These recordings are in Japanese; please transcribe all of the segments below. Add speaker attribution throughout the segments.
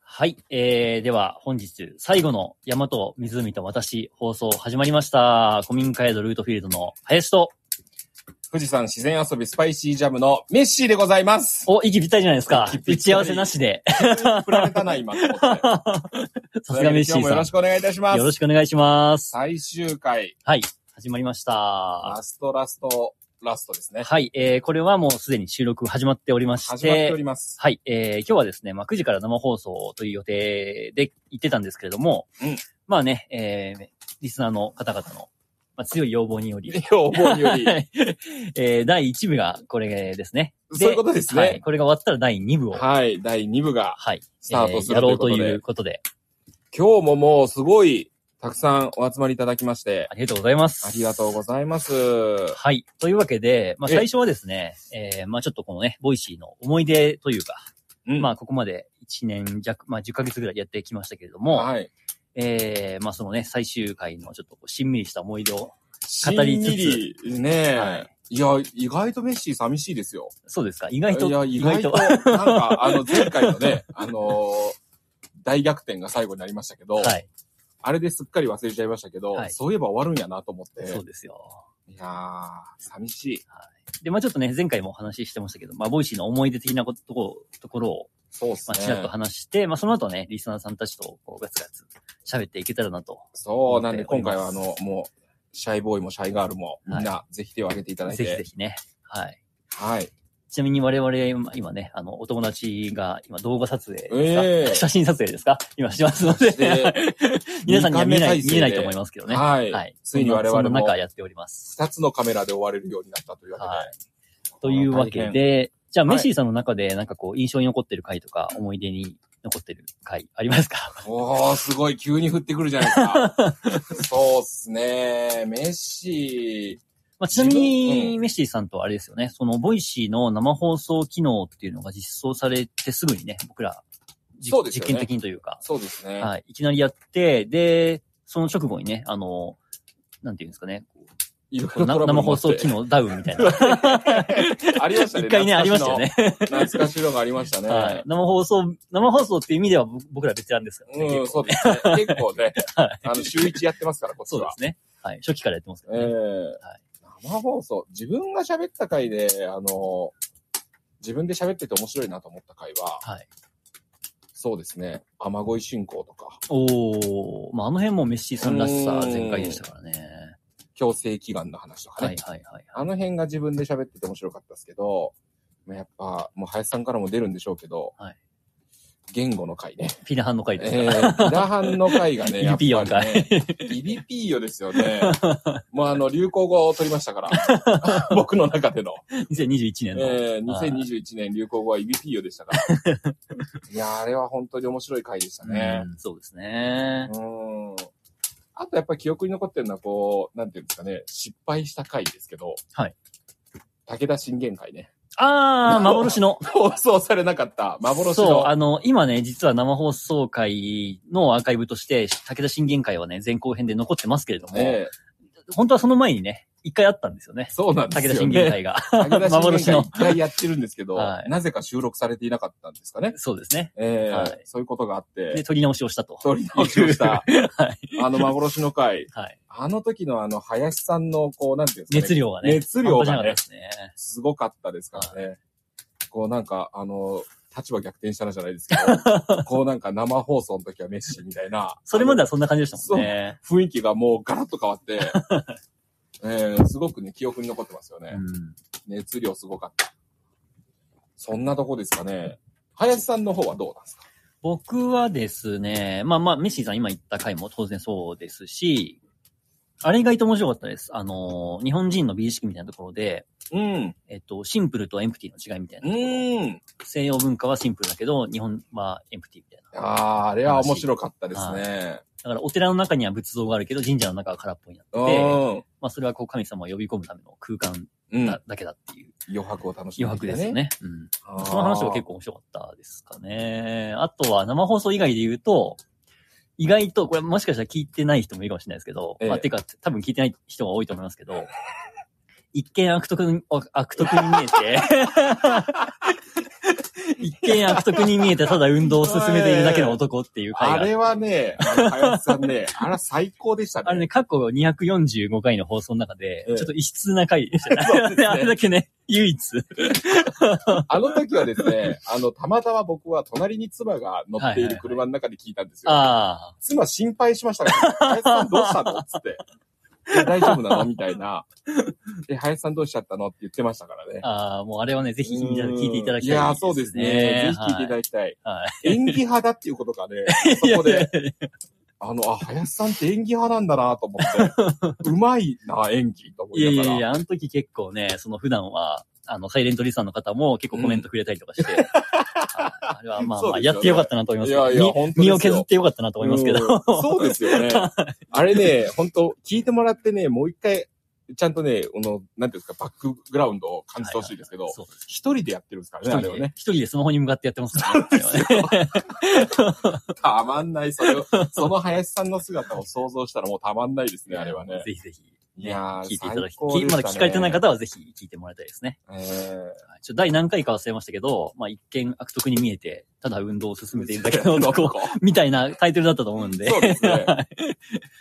Speaker 1: はい。えー、では、本日、最後の、山と湖と私、放送始まりました。古民家宿ルートフィールドの林と、
Speaker 2: 富士山自然遊びスパイシージャムのメッシーでござ います。
Speaker 1: お、息ぴったりじゃないですか
Speaker 2: 息ぴっ。たり
Speaker 1: 打ち合わせなし で。
Speaker 2: 振られたな、今。と思って
Speaker 1: さすがメッシー
Speaker 2: 今日もよろし
Speaker 1: さ
Speaker 2: くお願いいたしま
Speaker 1: ん。
Speaker 2: す
Speaker 1: よ。ろしくお願いします。
Speaker 2: 最終回、
Speaker 1: はい。始まりました。
Speaker 2: ラストラスト、ラストですね。
Speaker 1: はい。えー、これはもうすでに収録始まっておりまし
Speaker 2: 始まってお
Speaker 1: て、
Speaker 2: ります。
Speaker 1: はい。えー、今日はですね、まあ、9時から生放送という予定で言ってたんですけれども、
Speaker 2: うん
Speaker 1: まあね、えー、リスナーの方々の、まあ、強い要望によ り、
Speaker 2: 要望によ り
Speaker 1: は。いえー第1部がこれですね。
Speaker 2: そういうことですね
Speaker 1: はい。これが終わったら第2部を、はい。
Speaker 2: はい、第2部がスタートす
Speaker 1: えー
Speaker 2: る
Speaker 1: や
Speaker 2: と
Speaker 1: ろ
Speaker 2: いう
Speaker 1: う
Speaker 2: ことと
Speaker 1: い
Speaker 2: で
Speaker 1: う、ことで。
Speaker 2: 今日ももうすごい、たくさんお集まりいただきまして、
Speaker 1: ありがとうございます。
Speaker 2: ありがとうございます。
Speaker 1: はい。というわけで、まあ
Speaker 2: え
Speaker 1: 最初はですね、えーまあちょっとこのね、ボイシーの思い出というか、
Speaker 2: うん
Speaker 1: まあここまで1年弱、まあ10ヶ月ぐらいやってきましたけれども、
Speaker 2: はい。
Speaker 1: えーまあそのね、最終回のちょっとこうしんみりした思い出を、
Speaker 2: し
Speaker 1: 語り
Speaker 2: ん
Speaker 1: つつ
Speaker 2: みり、ねえ、
Speaker 1: はい
Speaker 2: い、や、意外とメッシー寂しいですよ。
Speaker 1: そうですか意外と、
Speaker 2: いや、意外と、
Speaker 1: 意
Speaker 2: なんか、あの、前回 のね、あのー大逆転が最後になりましたけど、
Speaker 1: はい。
Speaker 2: あれですっかり忘れちゃいましたけど、
Speaker 1: はい
Speaker 2: そういえば終わるんやなと思って、
Speaker 1: そうですよ。
Speaker 2: いやー、寂しい。
Speaker 1: で、まあちょっとね、前回もお話ししてましたけど、まあボイシーの思い出的なこととこところを、
Speaker 2: そうです
Speaker 1: まあ、
Speaker 2: ね。
Speaker 1: ちらっと話して、まあ、その後ね、リスナーさんたちと、こう、ガツガツ喋っていけたらなと。
Speaker 2: そう、なんで
Speaker 1: 思っており
Speaker 2: 今
Speaker 1: ます
Speaker 2: 回はあの、もう、シャイボーイもシャイガールも、みんな、ぜひ手を挙げていただいて。
Speaker 1: ぜひぜひね。はい。
Speaker 2: はい。
Speaker 1: ちなみに我々、今今ね、あの、お友達が、今、動画撮影ですか、
Speaker 2: ええ
Speaker 1: 写真撮影ですか今してますので、 皆さんには見えない、
Speaker 2: 二カメ体制で
Speaker 1: 見えないと思いますけどね。
Speaker 2: はい。ついに我
Speaker 1: そん
Speaker 2: 々
Speaker 1: なそんな
Speaker 2: も
Speaker 1: 中、やっております。
Speaker 2: 二つのカメラで追われるようになったというわけで。
Speaker 1: はいというわけ
Speaker 2: 大変。
Speaker 1: で、じゃあ、
Speaker 2: は
Speaker 1: メ
Speaker 2: い
Speaker 1: ッシーさんの中で、なんかこう、印象に残ってる回とか、思い出に残ってる回、ありますか
Speaker 2: おー、すごい、急に降ってくるじゃないです か。そうっすね。メッシ
Speaker 1: まあ、ちなみ
Speaker 2: 自分
Speaker 1: に、メッシーさんとあれですよね、その、ボイシーの生放送機能っていうのが実装されてすぐにね、僕ら、じ
Speaker 2: そうですよ
Speaker 1: 実
Speaker 2: ね
Speaker 1: 験的にというか、
Speaker 2: そうですね。
Speaker 1: はい、いきなりやって、で、その直後にね、あの、なんていうんですかね、こう
Speaker 2: いろい
Speaker 1: こう
Speaker 2: ろ
Speaker 1: な
Speaker 2: トラブ
Speaker 1: 生
Speaker 2: ルも
Speaker 1: 放
Speaker 2: あって
Speaker 1: 送機能ダウンみたい な。
Speaker 2: ありましたね。
Speaker 1: 一回ね、ありまし
Speaker 2: 懐かの
Speaker 1: たよね。
Speaker 2: 懐かしいのがありましたね。
Speaker 1: はい。生放送、生放送っていう意味では僕僕らベテランですからね。
Speaker 2: う
Speaker 1: 結
Speaker 2: ん、
Speaker 1: 構
Speaker 2: そうです ね。結構ね、
Speaker 1: はい
Speaker 2: あの、週一やってますから、こっち
Speaker 1: そうで
Speaker 2: は。
Speaker 1: すね。はい。初期からやってますか
Speaker 2: え
Speaker 1: らね。
Speaker 2: え生放送、自分が喋った回で、あの、自分で喋ってて面白いなと思った回は、
Speaker 1: はい。
Speaker 2: そうですね、雨乞い進行とか、
Speaker 1: おー、まあ、あの辺もメッシーさんらしさ
Speaker 2: うーん
Speaker 1: 全開でしたからね。
Speaker 2: 強制祈願の話とか
Speaker 1: は
Speaker 2: ね、
Speaker 1: いはいはい。
Speaker 2: あの辺が自分で喋ってて面白かったですけど、まあやっぱ、もう林さんからも出るんでしょうけど、
Speaker 1: はい
Speaker 2: 言語の回ね。
Speaker 1: ピナハンの回ですから
Speaker 2: えー、ダハンの回が ね、
Speaker 1: イリピーヨ
Speaker 2: やっぱりね。イリピーヨですよね。もうあの、流行語を取りましたから。 僕の中での。
Speaker 1: 2021年の。
Speaker 2: えー、2021年流行語はイリピーヨでしたから。 いやー、あれは本当に面白い回でしたね。
Speaker 1: うん、そうですね。
Speaker 2: うん。あとやっぱり記憶に残ってるのは、こう、なんていうんですかね、失敗した回ですけど。
Speaker 1: はい。
Speaker 2: 武田信玄会ね。
Speaker 1: あー、幻の。
Speaker 2: 放送されなかった幻の。
Speaker 1: そう、あの、今ね、実は生放送会のアーカイブとして、武田信玄会はね、前後編で残ってますけれども、
Speaker 2: ね
Speaker 1: 本当はその前にね、一回あったんですよね。
Speaker 2: そうなんです
Speaker 1: 武
Speaker 2: よ、ね。
Speaker 1: 田信玄会が。
Speaker 2: 武田信
Speaker 1: 幻
Speaker 2: 玄
Speaker 1: の
Speaker 2: 会一回やってるんですけど、
Speaker 1: はい
Speaker 2: なぜか収録されていなかったんですかね。
Speaker 1: そうですね。
Speaker 2: えー
Speaker 1: はい
Speaker 2: そういうことがあっ
Speaker 1: で、
Speaker 2: て、
Speaker 1: 取り直しをしたと。
Speaker 2: 撮り直しまし
Speaker 1: は
Speaker 2: た。
Speaker 1: い。
Speaker 2: あの幻の回、
Speaker 1: はい。
Speaker 2: あの時のあの林さんの、こう、なんていうんですか、ね、
Speaker 1: 熱量がね。
Speaker 2: 熱量
Speaker 1: 半端
Speaker 2: が
Speaker 1: じゃなかった、
Speaker 2: ね
Speaker 1: ですね。
Speaker 2: すごかったですからね。こうなんか、あの、立場逆転したなじゃないです けど、こうなんか生放送の時はメッシみたいな。
Speaker 1: それまではそんな感じでしたもんね。
Speaker 2: 雰囲気がもうガラッと変 わって、えー、すごくね、記憶に残ってますよね。
Speaker 1: うん
Speaker 2: 熱量すごかった。そんなとこですかね。林さんの方はどうなんですか
Speaker 1: 僕はですね、まあまあ、メッシーさん今言った回も当然そうですし、あれ意外と面白かったです。あの、日本人の美意識みたいなところで、
Speaker 2: うん。
Speaker 1: えっと、シンプルとエンプティの違いみたいな。
Speaker 2: うん。
Speaker 1: 西洋文化はシンプルだけど、日本はエンプティみたいな。
Speaker 2: ああー、あれは面白かったですね。
Speaker 1: だから、お寺の中には仏像があるけど、神社の中は空っぽになってて、
Speaker 2: うん。
Speaker 1: まあ、それはこう神様を呼び込むための空間
Speaker 2: うん
Speaker 1: だ,、。だけだっていう
Speaker 2: 余白を楽しむ、
Speaker 1: 余白ですよ。ね。うん。
Speaker 2: あー
Speaker 1: その話は結構面白かったですかね。あとは、生放送以外で言うと、意外と、これもしかしたら聞いてない人もいるかもしれないですけど、
Speaker 2: ええ
Speaker 1: まあ、てか、多分聞いてない人が多いと思いますけど、 一見悪徳に、悪徳に見えて、一見悪徳に見えてただ運動を進めているだけの男っていう回があ
Speaker 2: あ
Speaker 1: って
Speaker 2: れはね、あの、林さんね、 あれ最高でしたね。
Speaker 1: あれね、過去245回の放送の中で、
Speaker 2: ええ
Speaker 1: ちょっと異質な回でした ね。
Speaker 2: そうですね
Speaker 1: あれだけね、唯 一。
Speaker 2: あの時はですね、あの、たまたま僕は隣に妻が乗っている車の中で聞いたんですよ。
Speaker 1: ああ。
Speaker 2: 妻心配しましたから、林さんどうしたのつ って。え大丈夫なのみたいな。え、林さんどうしちゃったのって言ってましたからね。
Speaker 1: ああ、もうあれはね、ぜひみんなで聞いていただきたい、
Speaker 2: いやー、そうですね。ぜひ聞いていた
Speaker 1: き
Speaker 2: だきたい。
Speaker 1: は
Speaker 2: 演技派だっていうことがね、そ
Speaker 1: い。
Speaker 2: こ
Speaker 1: いや
Speaker 2: で、
Speaker 1: いやいや
Speaker 2: あの、あ、林さんって演技派なんだなと思って、うまいな、演技と思
Speaker 1: いや
Speaker 2: い
Speaker 1: い
Speaker 2: な
Speaker 1: や
Speaker 2: がら。
Speaker 1: いや、あの時結構ね、その普段は、あの、サイレントリスナーの方も結構コメントくれたりとかして、ああれはまあ
Speaker 2: そう
Speaker 1: ま
Speaker 2: ですよ
Speaker 1: あ、
Speaker 2: ね
Speaker 1: やってよかったなと思いますけ
Speaker 2: い
Speaker 1: ど、
Speaker 2: やいや
Speaker 1: 身
Speaker 2: 本当ですよ
Speaker 1: 身を削ってよかったなと思いますけど、
Speaker 2: うんそうですよ ね。あれね、本当聞いてもらってね、もう一回、ちゃんとね、この、なんていうんですか、バックグラウンドを感じてほしいですけど、
Speaker 1: そうです
Speaker 2: 一人でやってるんですからね、あ
Speaker 1: 一
Speaker 2: れを
Speaker 1: 人で
Speaker 2: ね。
Speaker 1: 一人でスマホに向かってやってますからね。あれはね
Speaker 2: たまんない、それを、 その林さんの姿を想像したらもうたまんないですね、あれはね。
Speaker 1: ぜひぜひ。
Speaker 2: いや
Speaker 1: 聞
Speaker 2: ー
Speaker 1: いていただき、
Speaker 2: 最高でしたね
Speaker 1: まだ聞かれてない方はぜひ聞いてもらいたいですね。
Speaker 2: えー
Speaker 1: はいちょっと第何回か忘れましたけど、まあ、一見悪徳に見えて、ただ運動を進めているだけの男、みたいなタイトルだったと思うんで。
Speaker 2: そうですね
Speaker 1: はい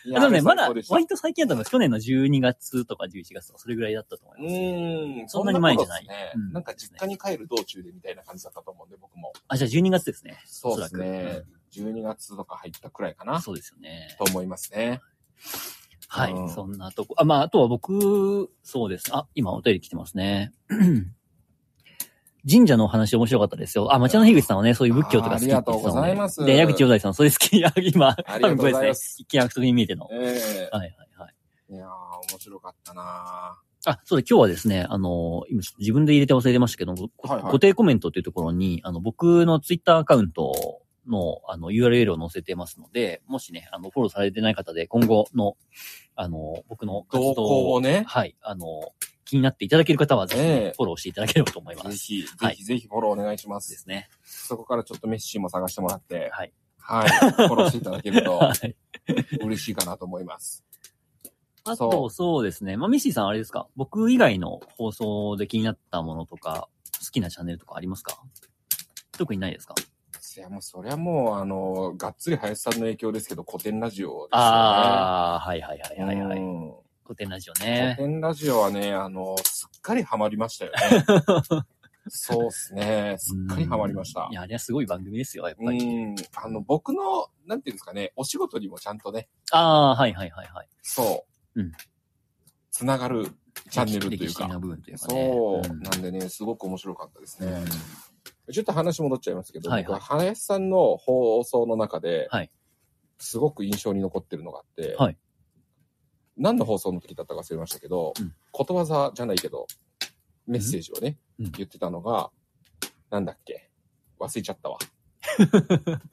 Speaker 2: い
Speaker 1: で
Speaker 2: や
Speaker 1: もね、ま
Speaker 2: 最
Speaker 1: だ
Speaker 2: 高で、した
Speaker 1: 割と最近だったのは去年の12月とか11月とか、それぐらいだったと思
Speaker 2: う
Speaker 1: います。
Speaker 2: ーん。
Speaker 1: そんなに前じゃない
Speaker 2: そんなことですね
Speaker 1: うん
Speaker 2: なんか実家に帰る道中でみたいな感じだったと思うんで、僕も。
Speaker 1: あ、じゃあ12月ですね。
Speaker 2: そうです
Speaker 1: おそら
Speaker 2: ね
Speaker 1: く。
Speaker 2: 12月とか入ったくらいか
Speaker 1: うん
Speaker 2: な。
Speaker 1: そうですよね。
Speaker 2: と思いますね。
Speaker 1: はい、
Speaker 2: うん
Speaker 1: そんなとこ。あ、まあ、あとは僕、そうです。あ、今お便り来てますね。 神社のお話面白かったですよ。あ、町の樋口さんはね、そういう仏教とか好きって言ってたので。
Speaker 2: あーありがとうございます
Speaker 1: で、矢口洋大さん、それ好き。 あ今、
Speaker 2: ありがとうございます
Speaker 1: 多分これでね。一見悪徳に見えての。は
Speaker 2: ええ
Speaker 1: いはいはい。
Speaker 2: いやー、面白かったな
Speaker 1: あ、そうだ、今日はですね、あのー今ちょっと自分で入れて忘れてましたけど、ご
Speaker 2: はいはい
Speaker 1: 固定コメントっていうところに、あの、僕のツイッターアカウントの、あの、URL を載せてますので、もしね、あの、フォローされてない方で、今後の、あの、僕の活動
Speaker 2: 動向をね、
Speaker 1: はい。あの、気になっていただける方は、ぜひね、
Speaker 2: ええ
Speaker 1: フォローしていただければと思いま
Speaker 2: ぜ
Speaker 1: す。
Speaker 2: ひ、ぜ
Speaker 1: はい
Speaker 2: ひ、ぜひフォローお願いしま。
Speaker 1: ですすね。
Speaker 2: そこからちょっとメッシーも探してもらって、
Speaker 1: はい。
Speaker 2: はい、フォローしていただけると
Speaker 1: はい。
Speaker 2: 嬉しいかなと思います。
Speaker 1: あ
Speaker 2: そ
Speaker 1: と、
Speaker 2: う
Speaker 1: そうですね。まあ、ミッシーさん、あれですか僕以外の放送で気になったものとか、好きなチャンネルとかありますか特にないですか
Speaker 2: いや、もうそりゃもう、あの、がっつり林さんの影響ですけど、古典ラジオですよね。
Speaker 1: ああ、はいはいはいはいは
Speaker 2: う
Speaker 1: い。
Speaker 2: ん
Speaker 1: 古典ラジオ
Speaker 2: 古
Speaker 1: ね。
Speaker 2: 典ラジオはね、あの、すっかりハマりましたよね。 そうですね。すっかりハマりました
Speaker 1: うんい。や、あれはすごい番組ですよ、やっ
Speaker 2: う
Speaker 1: ぱり。
Speaker 2: ん。あの、僕の、なんていうんですかね、お仕事にもちゃんとね、
Speaker 1: ああ、はいはいはいはい。
Speaker 2: そう。
Speaker 1: うん
Speaker 2: つながるチャンネルという
Speaker 1: 歴史的な
Speaker 2: か。
Speaker 1: 部分というかね。
Speaker 2: そう。
Speaker 1: ん
Speaker 2: なんでね、すごく面白かったです
Speaker 1: うん
Speaker 2: ね。ちょっと話戻っちゃいますけど、
Speaker 1: はい
Speaker 2: 僕は林さんの放送の中で、
Speaker 1: はい
Speaker 2: すごく印象に残ってるのがあって、
Speaker 1: はい
Speaker 2: 何の放送の時だったか忘れましたけど、
Speaker 1: うん
Speaker 2: ことわざじゃないけど、メッセージをね、
Speaker 1: うん
Speaker 2: 言ってたのが、なんだっけ忘れちゃっ たわ。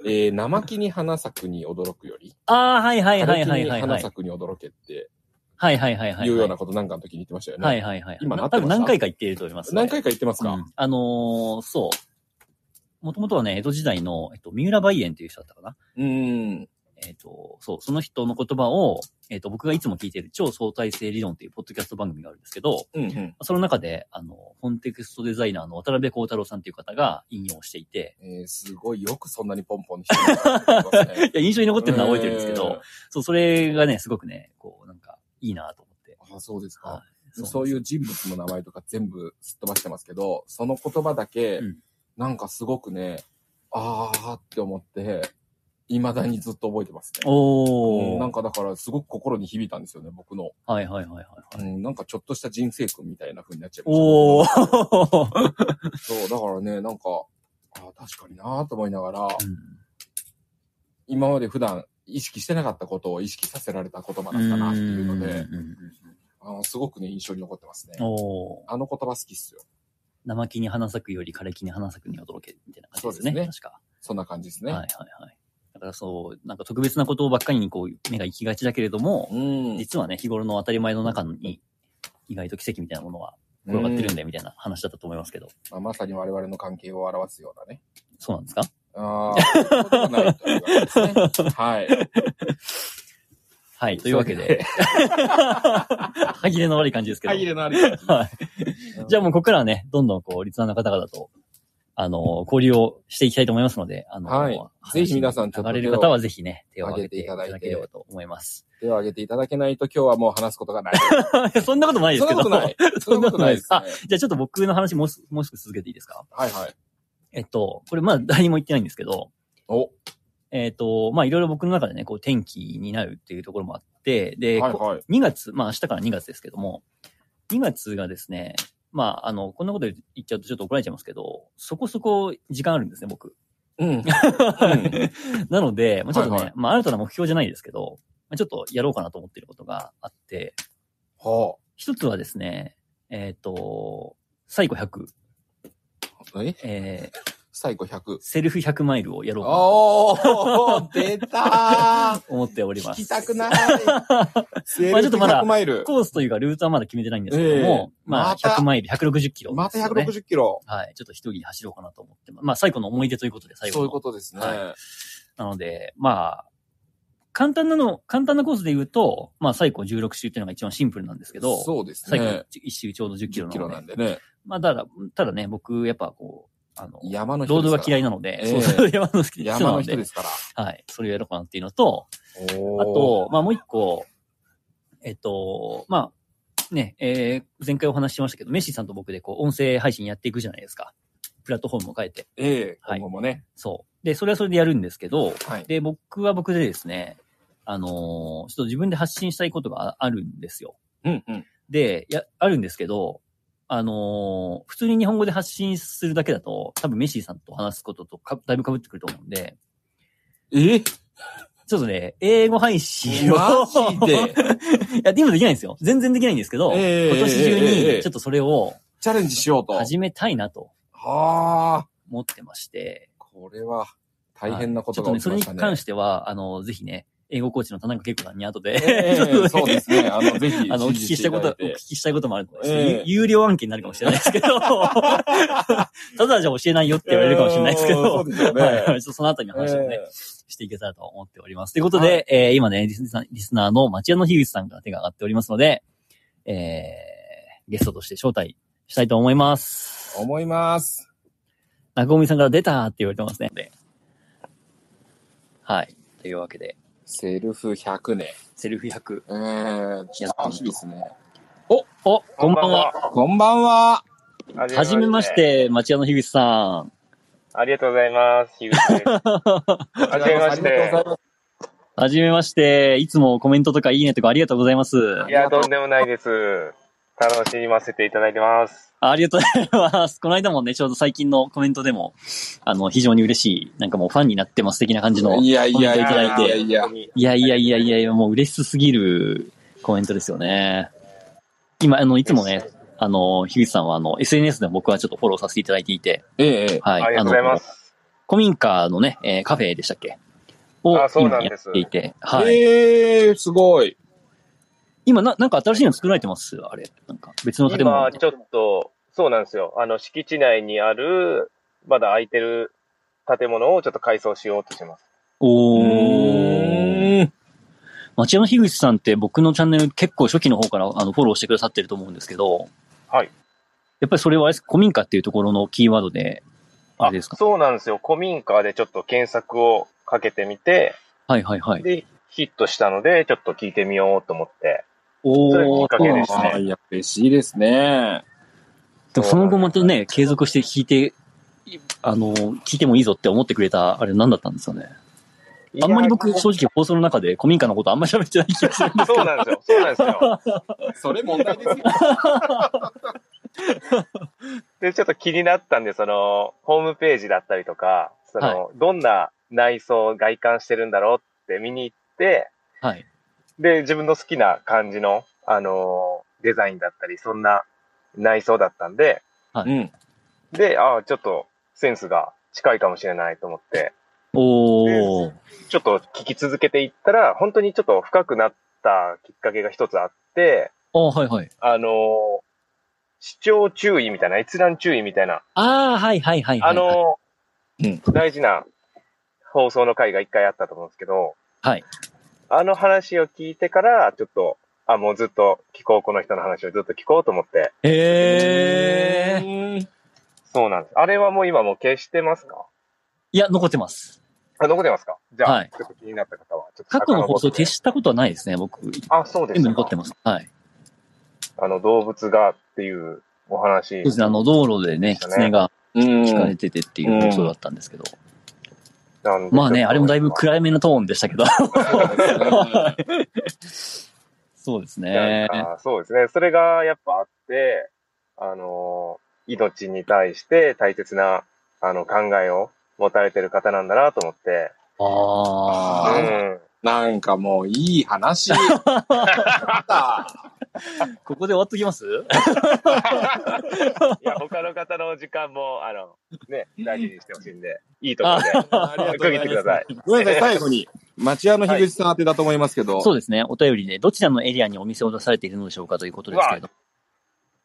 Speaker 2: えー、生木に花咲くに驚くより、
Speaker 1: ああ、はいはいはいは
Speaker 2: 枯れ
Speaker 1: い
Speaker 2: 木
Speaker 1: は
Speaker 2: に
Speaker 1: いは
Speaker 2: 花
Speaker 1: い。
Speaker 2: 咲くに驚けって
Speaker 1: はいはいはいはい。
Speaker 2: いうようなことなんかの時に言ってましたよね。
Speaker 1: はいはいはい。
Speaker 2: 今な
Speaker 1: な
Speaker 2: って
Speaker 1: 多
Speaker 2: ました
Speaker 1: 分何回か言っていると思います、ね。
Speaker 2: 何回か言ってますか、
Speaker 1: うんあのーそう。もともとはね、江戸時代の、えっと、三浦梅園という人だったかな。
Speaker 2: うーん。
Speaker 1: えっと、そう、その人の言葉を、えっと、僕がいつも聞いている超相対性理論というポッドキャスト番組があるんですけど、
Speaker 2: うんうん。
Speaker 1: その中で、あの、コンテクストデザイナーの渡辺幸太郎さんという方が引用していて、
Speaker 2: えー、すごいよくそんなにポンポンにしてもらってますね
Speaker 1: いや、印象に残ってるのは覚えてるんですけど、そう、それがね、すごくね、こう、なんか、いいなと思って。
Speaker 2: えー。あ、そうですか。
Speaker 1: は
Speaker 2: そういう人物の名前とか全部すっ飛ばしてますけど、その言葉だけ
Speaker 1: うん、
Speaker 2: なんかすごくね、あーって思って、未だにずっと覚えてますね。う
Speaker 1: お
Speaker 2: ん
Speaker 1: ー。
Speaker 2: なんかだからすごく心に響いたんですよね、僕の。
Speaker 1: はいはいはいはいはい。
Speaker 2: うん、なんかちょっとした人生訓みたいな風に なっちゃいました。
Speaker 1: お
Speaker 2: 僕
Speaker 1: ー。
Speaker 2: のそう、だからね、なんか、あー確かになーと思いながら、今まで普段意識してなかったことを意識させられた言葉だったなっていうので、
Speaker 1: んうん
Speaker 2: あのすごくね、印象に残ってますね
Speaker 1: うん。おー。
Speaker 2: あの言葉好きっすよ。
Speaker 1: 生木に花咲くより枯れ木に花咲くに驚け、みたいな感じですね。
Speaker 2: そうですね
Speaker 1: 確か、
Speaker 2: そんな感じですね。
Speaker 1: はいはいはい。だからそう、なんか特別なことばっかりにこう、目が行きがちだけれども、
Speaker 2: うん。
Speaker 1: 実はね、日頃の当たり前の中に、意外と奇跡みたいなものは転がってるんだよ、みたいな話だったと思いますけど。
Speaker 2: まあ、まさに我々の関係を表すようなね。
Speaker 1: そうなんですか
Speaker 2: ああ、ことがないというわけですね。 はい。
Speaker 1: はい、というわけで。。歯切れの悪い感じですけど。
Speaker 2: 歯切れのある感じ。
Speaker 1: はい。じゃあもう
Speaker 2: う、
Speaker 1: ここからはね、どんどんこう、リツナーの方々と、あの、交流をしていきたいと思いますので、あの、
Speaker 2: はいぜひ皆さん
Speaker 1: ちょっと。流れる方はぜひね、手を
Speaker 2: 挙
Speaker 1: 挙げ
Speaker 2: げ
Speaker 1: て
Speaker 2: てい
Speaker 1: い
Speaker 2: た
Speaker 1: た
Speaker 2: だいて
Speaker 1: だければと思います。
Speaker 2: 手を挙げていただけないと今日はもう話すことがない。
Speaker 1: そんなことないで
Speaker 2: そ
Speaker 1: す
Speaker 2: ん
Speaker 1: けど。
Speaker 2: なこ とない。そんなことないです、ね
Speaker 1: あ。、じゃあちょっと僕の話もうすもう少し続けていいですか
Speaker 2: はいはい。
Speaker 1: えっと、これまだ誰にも言ってないんですけど、
Speaker 2: お、
Speaker 1: えっと、まあいろいろ僕の中でね、こう天気になるっていうところもあって、で、
Speaker 2: はい
Speaker 1: こ
Speaker 2: はい。
Speaker 1: 2月、まあ明日から2月ですけども、2月がですね、まああの、こんなこと言っちゃうとちょっと怒られちゃいますけど、そこそこ時間あるんですね、僕。
Speaker 2: うん。
Speaker 1: なので、まあ、ちょっとね、
Speaker 2: はいはい
Speaker 1: まあ、新たな目標じゃないですけど、まあ、ちょっとやろうかなと思っていることがあって、
Speaker 2: は
Speaker 1: 一つはですね、えっ、と、最後100、
Speaker 2: あ。え
Speaker 1: えー
Speaker 2: 最後100。
Speaker 1: セルフ100マイルをやろうかなと
Speaker 2: おー、出た
Speaker 1: 思 っており
Speaker 2: ー
Speaker 1: ま
Speaker 2: 聞
Speaker 1: す。
Speaker 2: きたくない セ
Speaker 1: ま
Speaker 2: ー
Speaker 1: あちょ
Speaker 2: ル
Speaker 1: っとまだ
Speaker 2: 100マイル。
Speaker 1: コースというかルートはまだ決めてないんですけども、
Speaker 2: ええ
Speaker 1: ま
Speaker 2: ま
Speaker 1: あ、
Speaker 2: た
Speaker 1: 100マイル、160キロ、
Speaker 2: また
Speaker 1: ですよね。
Speaker 2: 160キロ。
Speaker 1: はい。ちょっと一人で走ろうかなと思ってます。まあ、最後の思い出ということで、最後の。
Speaker 2: そういうことですね。
Speaker 1: はなので、まあ、簡単なの、簡単なコースで言うと、まあ、最高16周っていうのが一番シンプルなんですけど、
Speaker 2: そうです
Speaker 1: 最
Speaker 2: ね
Speaker 1: 高。1周ちょうど10キロ
Speaker 2: 10キロな
Speaker 1: なんので。
Speaker 2: でね。
Speaker 1: まあ、ただ、ただね、僕、やっぱこう、あの、
Speaker 2: 山の人
Speaker 1: 労
Speaker 2: ですから。
Speaker 1: 働が嫌いなので、
Speaker 2: ええ
Speaker 1: そうそう、山の好きな人
Speaker 2: 山
Speaker 1: な
Speaker 2: の
Speaker 1: の
Speaker 2: 人
Speaker 1: で
Speaker 2: で、すから。
Speaker 1: はい、それをやろうかなっていうのと、
Speaker 2: あ
Speaker 1: あ、と、まあ、もう一個、えっと、まあ、ね、えー前回お話ししましたけど、メッシーさんと僕でこう、音声配信やっていくじゃないですか。プラットフォームを変えて。
Speaker 2: ええ、
Speaker 1: は
Speaker 2: 今
Speaker 1: い
Speaker 2: 後もね。
Speaker 1: そう。で、それはそれでやるんですけど、
Speaker 2: はい。
Speaker 1: で、僕は僕でですね、あのーちょっと自分で発信したいことがああるんですよ。
Speaker 2: うんうん。
Speaker 1: で、や、あるんですけど、あのー普通に日本語で発信するだけだと、多分メッシーさんと話すこととか、だいぶ被ってくると思うんで、
Speaker 2: え
Speaker 1: ちょっとね、英語配信を。
Speaker 2: マジで
Speaker 1: いや、今できないんですよ。全然できないんですけど、
Speaker 2: ええ
Speaker 1: 今年中
Speaker 2: ええ
Speaker 1: にちょっとそれを
Speaker 2: チャレンジしようと。
Speaker 1: 始めたいなと
Speaker 2: はあ、
Speaker 1: 思ってまして、
Speaker 2: これは大変なこと
Speaker 1: はい
Speaker 2: が起
Speaker 1: ち
Speaker 2: き
Speaker 1: ょっと
Speaker 2: ま
Speaker 1: ね、
Speaker 2: し
Speaker 1: そ
Speaker 2: た
Speaker 1: れ
Speaker 2: ね。
Speaker 1: に関しては、あの、ぜひね、英語コーチの田中恵子さんに後で、
Speaker 2: え
Speaker 1: ちょっと
Speaker 2: え
Speaker 1: ね
Speaker 2: そうですね。あの、ぜひ。
Speaker 1: あの、お聞きしたいこと、お
Speaker 2: 指
Speaker 1: 聞
Speaker 2: 示
Speaker 1: きしたいこともあるので、
Speaker 2: ええ
Speaker 1: 有有料案件になるかもしれないですけ ど、ただじゃ教えないよって言われるかもしれないですけ
Speaker 2: えー そ
Speaker 1: ど
Speaker 2: う、ですよね
Speaker 1: はいはいちょっとそのあたりの
Speaker 2: いただい
Speaker 1: 話
Speaker 2: て
Speaker 1: をね、していけたらと思っております。ということで、
Speaker 2: はい
Speaker 1: えー今ねリスナー、リスナーの町屋の樋口さんから手が上がっておりますので、えーゲストとして招待したいと思います
Speaker 2: え。思います。
Speaker 1: 中尾さんから出たって言われてますね。ではい。というわけで、
Speaker 2: セルフ100ね。
Speaker 1: セルフ100。
Speaker 2: えー、ちょっと楽しみですね。
Speaker 1: お、こんばんは。。
Speaker 2: こんばんは。
Speaker 3: は
Speaker 1: はじめまし。て、町屋の樋口さん。
Speaker 3: ありがとうございます。樋口です。 はじめまし
Speaker 2: ありがとうござい
Speaker 3: て。
Speaker 2: ます。
Speaker 1: はじめまして。いつもコメントとかいいねとかありがとうございます。
Speaker 3: いや、とんでもないです。楽しませていただいてます。
Speaker 1: ありがとうございます。この間もね、ちょうど最近のコメントでも、あの、非常に嬉しい、なんかもうファンになってます的な感じの。い
Speaker 2: いやいやいやいやいや。
Speaker 1: やいやいやいやいや、もう嬉しすぎるコメントですよね。今、あの、いつもね、あの、樋口さんはあの、SNS でも僕はちょっとフォローさせていただいていて、
Speaker 2: ええええ。
Speaker 1: はい。
Speaker 3: ありがとうございます。
Speaker 1: あの。古民家のね、えーカフェでしたっけを
Speaker 3: あそうな
Speaker 1: 今
Speaker 3: ん
Speaker 1: や
Speaker 3: で
Speaker 1: っ
Speaker 3: す
Speaker 1: ていて、はい。
Speaker 2: ええすごい。
Speaker 1: 今な、なんか新しいの作られてますあれ。なんか別の建物。
Speaker 3: 今、ちょっと、そうなんですよ。あの、敷地内にある、まだ空いてる建物をちょっと改装しようとしてます。
Speaker 1: おー。
Speaker 2: ーん。
Speaker 1: 町山樋口さんって僕のチャンネル結構初期の方からあのフォローしてくださってると思うんですけど。
Speaker 3: はい。
Speaker 1: やっぱりそれはあれです古民家っていうところのキーワードで、あれですか
Speaker 3: そうなんですよ。古民家でちょっと検索をかけてみて、
Speaker 1: はいはいはい。
Speaker 3: で、ヒットしたので、ちょっと聞いてみようと思って。それ
Speaker 1: お
Speaker 3: き
Speaker 1: ー
Speaker 3: っかけです
Speaker 2: ああ、いや、嬉しいですね。
Speaker 1: でもその後またね、継続して聞いて、いあの、聞いてもいいぞって思ってくれた、あれ何だったんですかね。あんまり僕
Speaker 3: いや
Speaker 1: 正直放送の中で古民家のことあんまり喋ってない気がする。
Speaker 3: そうなんですよ。そうなんですよ。
Speaker 2: それ問題ですよ。
Speaker 3: で、ちょっと気になったんで、その、ホームページだったりとか、その、どんな内装、外観してるんだろうって見に行って、
Speaker 1: はい。
Speaker 3: で、自分の好きな感じの、あのーデザインだったり、そんな内装だったんで、
Speaker 2: うん。
Speaker 3: で、ああ、ちょっとセンスが近いかもしれないと思って、
Speaker 1: おー。
Speaker 3: ちょっと聞き続けていったら、本当にちょっと深くなったきっかけが一つあって、
Speaker 1: あはいはい。
Speaker 3: あのー視聴注意みたいな、閲覧注意みたいな、
Speaker 1: あー、はいはいはい、はい。
Speaker 3: あの、
Speaker 2: うん
Speaker 3: 大事な放送の回が一回あったと思うんですけど、
Speaker 1: はい。
Speaker 3: あの話を聞いてから、ちょっと、あ、もうずっと聞こう、この人の話をずっと聞こうと思って、
Speaker 1: へー。
Speaker 2: ー。
Speaker 3: そうなんです。あれはもう今もう消してますか
Speaker 1: いや、残ってます。
Speaker 3: あ、残ってますかじゃあ、
Speaker 1: はい
Speaker 3: ちょっと気になった方は、ちょっと
Speaker 1: 過去の放送消
Speaker 3: し
Speaker 1: したことはないですね、僕。
Speaker 3: あ、そうです
Speaker 1: 全
Speaker 3: か
Speaker 1: 部残ってます。はい。
Speaker 3: あの、動物がっていうお話。
Speaker 1: そうですね、あの、道路でね、
Speaker 3: そうですね
Speaker 1: 狐が
Speaker 2: うん。
Speaker 1: 引かれててっていう放送だったんですけど。
Speaker 3: なんで
Speaker 1: まあね、あれもだいぶ
Speaker 3: ちょっ
Speaker 1: 暗めのトーンでしたけど。そうです
Speaker 3: とな
Speaker 1: ね
Speaker 3: ん。かそうですね。それがやっぱあって、あの、命に対して大切な、あの、考えを持たれてる方なんだなと思って。う
Speaker 1: ああ。
Speaker 3: ん。
Speaker 2: なんかもういい話。また
Speaker 1: ここで終わっときます
Speaker 3: いや、他の方の時間も、あの、 ね、大事にしてほしいんで、いいところで、
Speaker 2: ありがとうござ
Speaker 3: 区
Speaker 2: い
Speaker 3: 切
Speaker 2: ます
Speaker 3: ってください。
Speaker 2: ごめんなさい、最後に。町屋の樋口さん宛てだと思いますけど。
Speaker 1: そうですね。お便りで、どちらのエリアにお店を出されているのでしょうかということですけれど。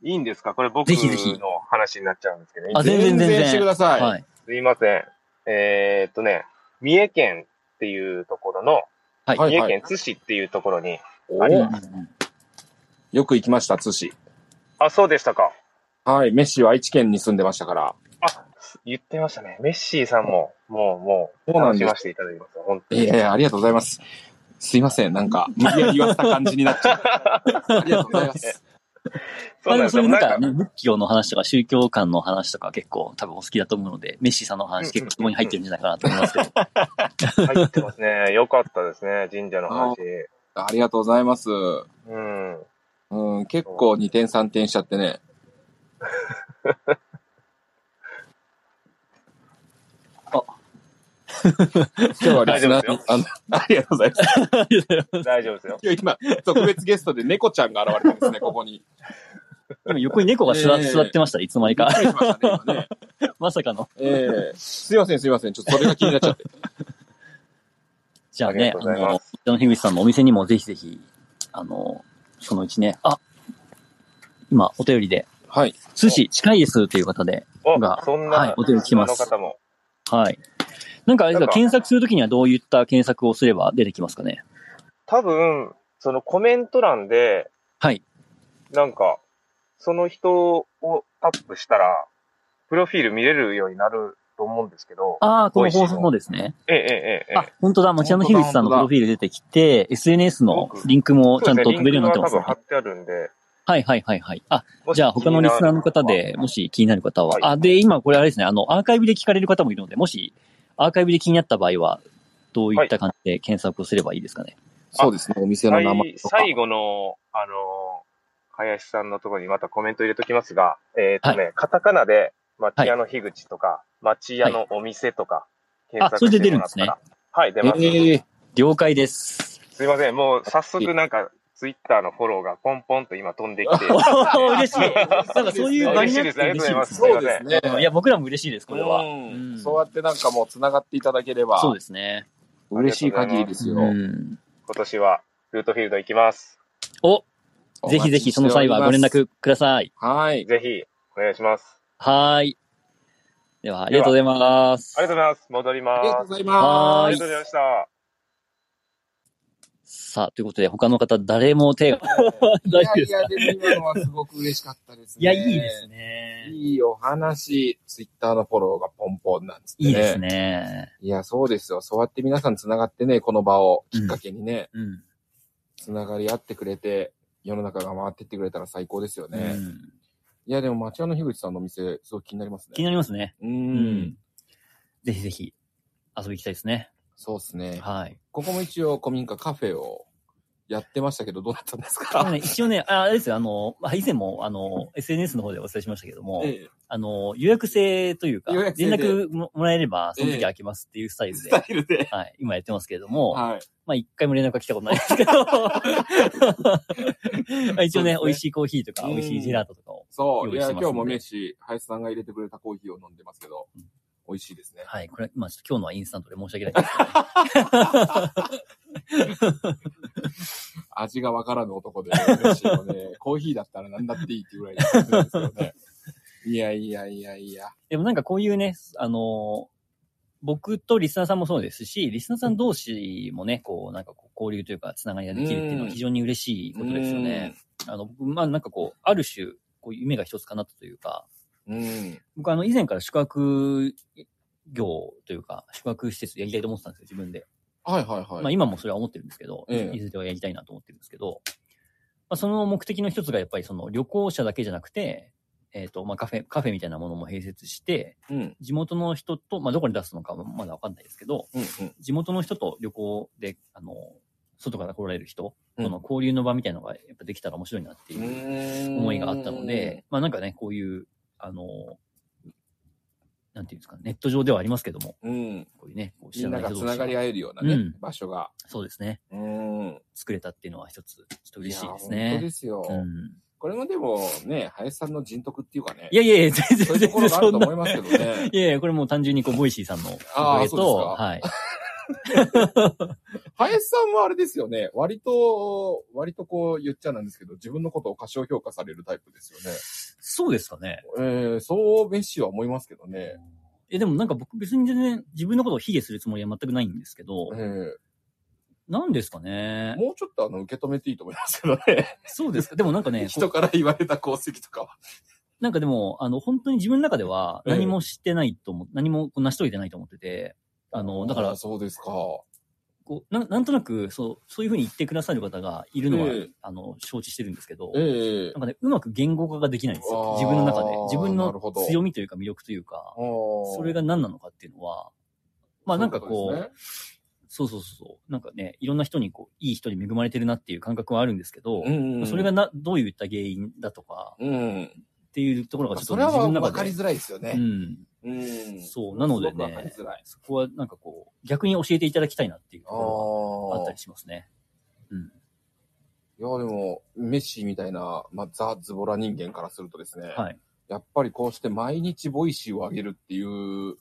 Speaker 3: いいんですかこれ僕
Speaker 1: ぜひぜひ
Speaker 3: の話になっちゃうんですけど、いい
Speaker 1: あ
Speaker 3: です
Speaker 1: 全然全然
Speaker 2: してください。
Speaker 1: はい。
Speaker 3: すいません。えーっとね、三重県っていうところの、
Speaker 1: はい。
Speaker 2: はい
Speaker 3: 三重県津市っていうところに、
Speaker 2: お
Speaker 1: うんうんう
Speaker 2: お
Speaker 1: ん
Speaker 2: よく行きました、津市。
Speaker 3: あ、そうでしたか。
Speaker 2: はい、メッシは愛知県に住んでましたから。
Speaker 3: 言ってましたね。メッシーさんも、もう、もう、
Speaker 2: そうなんです
Speaker 3: 楽しませていただきます。本当
Speaker 2: え
Speaker 3: に。
Speaker 2: えありがとうございます。すいません、なんか、無理やり言わせた感じになっちゃう。ありがとうございます。
Speaker 1: まあでもそういうなんか、
Speaker 3: なんか
Speaker 1: ね、仏教の話とか宗教観の話とか結構多分お好きだと思うので、メッシーさんの話結構そこに入ってるんじゃないかなと思いますけど。
Speaker 3: 入ってますね。 よかったですね。神社の話。
Speaker 2: ありがとうございます。
Speaker 3: うん。
Speaker 2: うん、結構2点3点しちゃってね。
Speaker 1: あ
Speaker 2: 今日はリスナ
Speaker 3: 大丈夫
Speaker 2: ー
Speaker 3: で
Speaker 2: あの、ありがとうございます。
Speaker 3: 大丈夫で すよ。
Speaker 2: 今日今、特別ゲストで猫ちゃんが現れてますね、ここに。
Speaker 1: 今横に猫 が座,、
Speaker 2: ええ
Speaker 1: 座ってました、いつの間に
Speaker 2: びっ
Speaker 1: か。
Speaker 2: くりしましたね、今ね。
Speaker 1: まさかの。
Speaker 2: ええすいません、すいません。ちょっとそれが気になっちゃ って。
Speaker 1: じゃあ
Speaker 3: あり
Speaker 1: ね、
Speaker 3: がとう
Speaker 1: あ
Speaker 3: ございま
Speaker 1: の、北の樋口さんのお店にもぜひぜひ、あの、そのうちね、あ、今、お便りで、
Speaker 2: はい。
Speaker 1: 寿司近いですという方で、
Speaker 3: お
Speaker 1: が、
Speaker 3: そん
Speaker 1: はい
Speaker 3: な、
Speaker 1: お手に来てます
Speaker 3: あの方も。
Speaker 1: はい。なんかあれです
Speaker 3: なん
Speaker 1: か、
Speaker 3: か
Speaker 1: 検索するときにはどういった検索をすれば出てきますかね。
Speaker 3: 多分、そのコメント欄で、
Speaker 1: はい。
Speaker 3: なんか、その人をタップしたら、プロフィール見れるようになると思うんですけど。
Speaker 1: ああ、この放送
Speaker 3: も
Speaker 1: もですね。
Speaker 3: ええええええ。
Speaker 1: あ、本当だ、町田の樋口さんのプロフィール出てきて、SNS のリンクもちゃんと飛べるようになってます
Speaker 3: そうですねリンクが多分
Speaker 1: ね。
Speaker 3: 貼ってあるんで。
Speaker 1: はいはいはいはい。あ、
Speaker 3: もし
Speaker 1: じゃあ他のリスナーの方で、もし気になる方は、あ、で、今これあれですね、あの、アーカイブで聞かれる方もいるので、もしアーカイブで気になった場合は、どういった感じで検索をすればいいですかね。
Speaker 2: そうですね、お
Speaker 3: 気
Speaker 2: 店
Speaker 3: にな
Speaker 2: の
Speaker 3: る
Speaker 2: 名
Speaker 3: 方は、
Speaker 2: 前
Speaker 3: はい
Speaker 2: とか。
Speaker 3: 最後の、あの、林さんのところにまたコメント入れときますが、えっ、とね、カタカナで、町屋の樋口とか、町屋のお店とか、検索してもらったら。はい、出ます。
Speaker 2: ええ
Speaker 1: 了解 です。
Speaker 3: すいません、もう早速なんか、ツイッターのフォローがポンポンと今飛んできて。
Speaker 1: おー嬉しい。なんかそういう場になって嬉しいですね
Speaker 2: そうですね。
Speaker 1: うんいや、僕らも嬉しいです、これは。
Speaker 2: うん
Speaker 1: うん
Speaker 2: そうやってなんかもう繋がっていただければ、
Speaker 1: そうですね。
Speaker 2: 嬉しい限りですよ。
Speaker 1: うん
Speaker 3: 今年は、ルートフィールド行きます。
Speaker 1: お、ぜひぜひその際はご連絡ください。
Speaker 2: お待ちしております。はい。
Speaker 3: ぜひ、お願いします。
Speaker 1: はーい。では、ありがとうございます。
Speaker 3: ありがとうございます。戻り
Speaker 2: あ
Speaker 3: ま
Speaker 2: りがとう
Speaker 3: す。
Speaker 2: ございま
Speaker 3: あ
Speaker 1: は
Speaker 3: り
Speaker 1: い
Speaker 3: がとうございました。
Speaker 1: さあ、ということで、他の方、誰も手が、
Speaker 2: す。
Speaker 1: 大丈夫です
Speaker 2: いやいや、でも今のはすごく嬉しかったですね。
Speaker 1: いや、いいです。ね。
Speaker 2: いいお話、ツイッターのフォローがポンポンなんつってね。
Speaker 1: いいですね。
Speaker 2: いや、そうですよ。そうやって皆さん繋がってね、この場をきっかけにね、
Speaker 1: うん。
Speaker 2: 繋がり合ってくれて、世の中が回ってってくれたら最高ですよね。
Speaker 1: うん
Speaker 2: いや、でも町屋の樋口さんのお店、すごく気になりますね。
Speaker 1: 気になりますね。
Speaker 2: う。。
Speaker 1: うんぜひぜひ、遊びに行きたいですね。
Speaker 2: そうですね。
Speaker 1: はい。
Speaker 2: ここも一応古民家カフェをやってましたけど、どうだったんです
Speaker 1: あの
Speaker 2: か
Speaker 1: ね、一応ね、ああれですよ、あの、まあ以前も、あの、SNS の方でお伝えしましたけども、
Speaker 2: ええ
Speaker 1: あの、予約制というか、
Speaker 2: 予
Speaker 1: 連
Speaker 2: 約制で
Speaker 1: 絡ももらえれば、その時開けますっていうスタイル
Speaker 2: ス
Speaker 1: で、
Speaker 2: タイルで。
Speaker 1: はい、今やってますけれども、
Speaker 2: はい。
Speaker 1: まあ一回も連絡が来たことないです けど、まあ一応ね
Speaker 2: そうですね
Speaker 1: 美味しいコーヒーとか、美味しいジェラートとかを、
Speaker 2: そう。
Speaker 1: 用
Speaker 2: い
Speaker 1: 意し
Speaker 2: や、
Speaker 1: てますん
Speaker 2: 今
Speaker 1: で
Speaker 2: 日も飯、林さんが入れてくれたコーヒーを飲んでますけど
Speaker 1: うん、
Speaker 2: 美味しいですね。
Speaker 1: はい、これ、まあちょっと今日のはインスタントで申し訳ないですけど、
Speaker 2: 味がわからぬ男で、嬉しいよ ね。コーヒーだったら何だっていいっていうぐらいなんですよね。いやいやいやいや。
Speaker 1: でもなんかこういうね、あのー僕とリスナーさんもそうですし、リスナーさん同士もね、こう、なんかこう交流というか、つながりができるっていうのは非常に嬉しいことですよね。あの、僕、まあなんかこう、ある種、こう夢が一つかなったというか、
Speaker 2: うん。
Speaker 1: 僕あの、以前から宿泊業というか、宿泊施設やりたいと思ってたんですよ、自分で。
Speaker 2: はいはいはい。
Speaker 1: まあ今もそれは思ってるんですけど、
Speaker 2: ええ
Speaker 1: いずれはやりたいなと思ってるんですけど、まあ、その目的の一つがやっぱりその旅行者だけじゃなくて、えっ、と、まあカフェ、カフェみたいなものも併設して、
Speaker 2: うん。うん
Speaker 1: 地元の人と、まあどこに出すのかもまだわかんないですけど、
Speaker 2: うん。
Speaker 1: 地元の人と旅行で、あの、外から来られる人
Speaker 2: うん
Speaker 1: との交流の場みたいなのがやっぱできたら面白いなっていう思
Speaker 2: 思
Speaker 1: いがあったので、、まあなんかね、こういう、あの、なんていうんですか、ネット上ではありますけども、
Speaker 2: うん、
Speaker 1: こういうね、こう
Speaker 2: みんなが
Speaker 1: 人
Speaker 2: つ
Speaker 1: 同士
Speaker 2: ながり合えるような
Speaker 1: う
Speaker 2: ね
Speaker 1: ん、
Speaker 2: 場所が。
Speaker 1: そうですね、
Speaker 2: うん。
Speaker 1: 作れたっていうのは一つ、ちょっと嬉しいです
Speaker 2: や本当
Speaker 1: ね
Speaker 2: で。すよ。
Speaker 1: うん
Speaker 2: これもでもね、林さんの人徳っていうかね。
Speaker 1: いやいやいや、全然
Speaker 2: そういうと
Speaker 1: 全
Speaker 2: ころ
Speaker 1: 然
Speaker 2: がある
Speaker 1: そ
Speaker 2: と
Speaker 1: ん
Speaker 2: 思い
Speaker 1: な。
Speaker 2: ますけどね
Speaker 1: い。やいや、これもう単純にこう、ボイシーさんのお
Speaker 2: あ
Speaker 1: か
Speaker 2: ー
Speaker 1: げと、はい。
Speaker 2: 林さんはあれですよね。割と、割とこう言っちゃなんですけど、自分のことを過小評価されるタイプですよね。
Speaker 1: そうですかね。
Speaker 2: えー、そう、メッシは思いますけどね。
Speaker 1: え、でもなんか僕別に全然自分のことを卑下するつもりは全くないんですけど
Speaker 2: え、ー、
Speaker 1: なんですかね。
Speaker 2: もうちょっとあの、受け止めていいと思いますけどね。
Speaker 1: そうですか。でもなんか ね、こ
Speaker 2: 人から言われた功績とかは。
Speaker 1: うなんかでも、あの、本当に自分の中では何もしてないと思う、何もこう成し遂げてないと思ってて、あの、だから
Speaker 2: あー、そうですか。
Speaker 1: こう、なんなんとなく、そう、そういうふうに言ってくださる方がいるのは、
Speaker 2: ええ
Speaker 1: あの、承知してるんですけど、
Speaker 2: え
Speaker 1: な
Speaker 2: え
Speaker 1: んかね、うまく言語化ができないんですよ
Speaker 2: あ。ー
Speaker 1: 自分の中で。自分
Speaker 2: なる
Speaker 1: の
Speaker 2: ほど
Speaker 1: 強みというか魅力というか、そ
Speaker 2: そ
Speaker 1: れが、何なのかっていうのは、まあなんかこう、
Speaker 2: そういうとです
Speaker 1: そうそうそうそう、なんかね、いろんな人にこう、いい人に恵まれてるなっていう感覚はあるんですけど、
Speaker 2: ねうんうん、
Speaker 1: それがな、どういった原因だとか、
Speaker 2: うん。
Speaker 1: っていうところがちょっと
Speaker 2: そ
Speaker 1: ね
Speaker 2: れ
Speaker 1: 自
Speaker 2: は
Speaker 1: 分の
Speaker 2: 分
Speaker 1: 中
Speaker 2: かり
Speaker 1: で。
Speaker 2: づらいですよ
Speaker 1: う
Speaker 2: ね。
Speaker 1: ん。
Speaker 2: うん
Speaker 1: そうなのでね
Speaker 2: すごく分かりづらい。
Speaker 1: そこはなんかこう、逆に教えていただきたいなっていうと
Speaker 2: あ
Speaker 1: ころがあった
Speaker 2: あ
Speaker 1: り。しますね。うん。
Speaker 2: いや、でも、メッシみたいな、まあ、ザ・ズボラ人間からするとですね、
Speaker 1: はい。
Speaker 2: やっぱりこうして毎日ボイシーを上げるっていう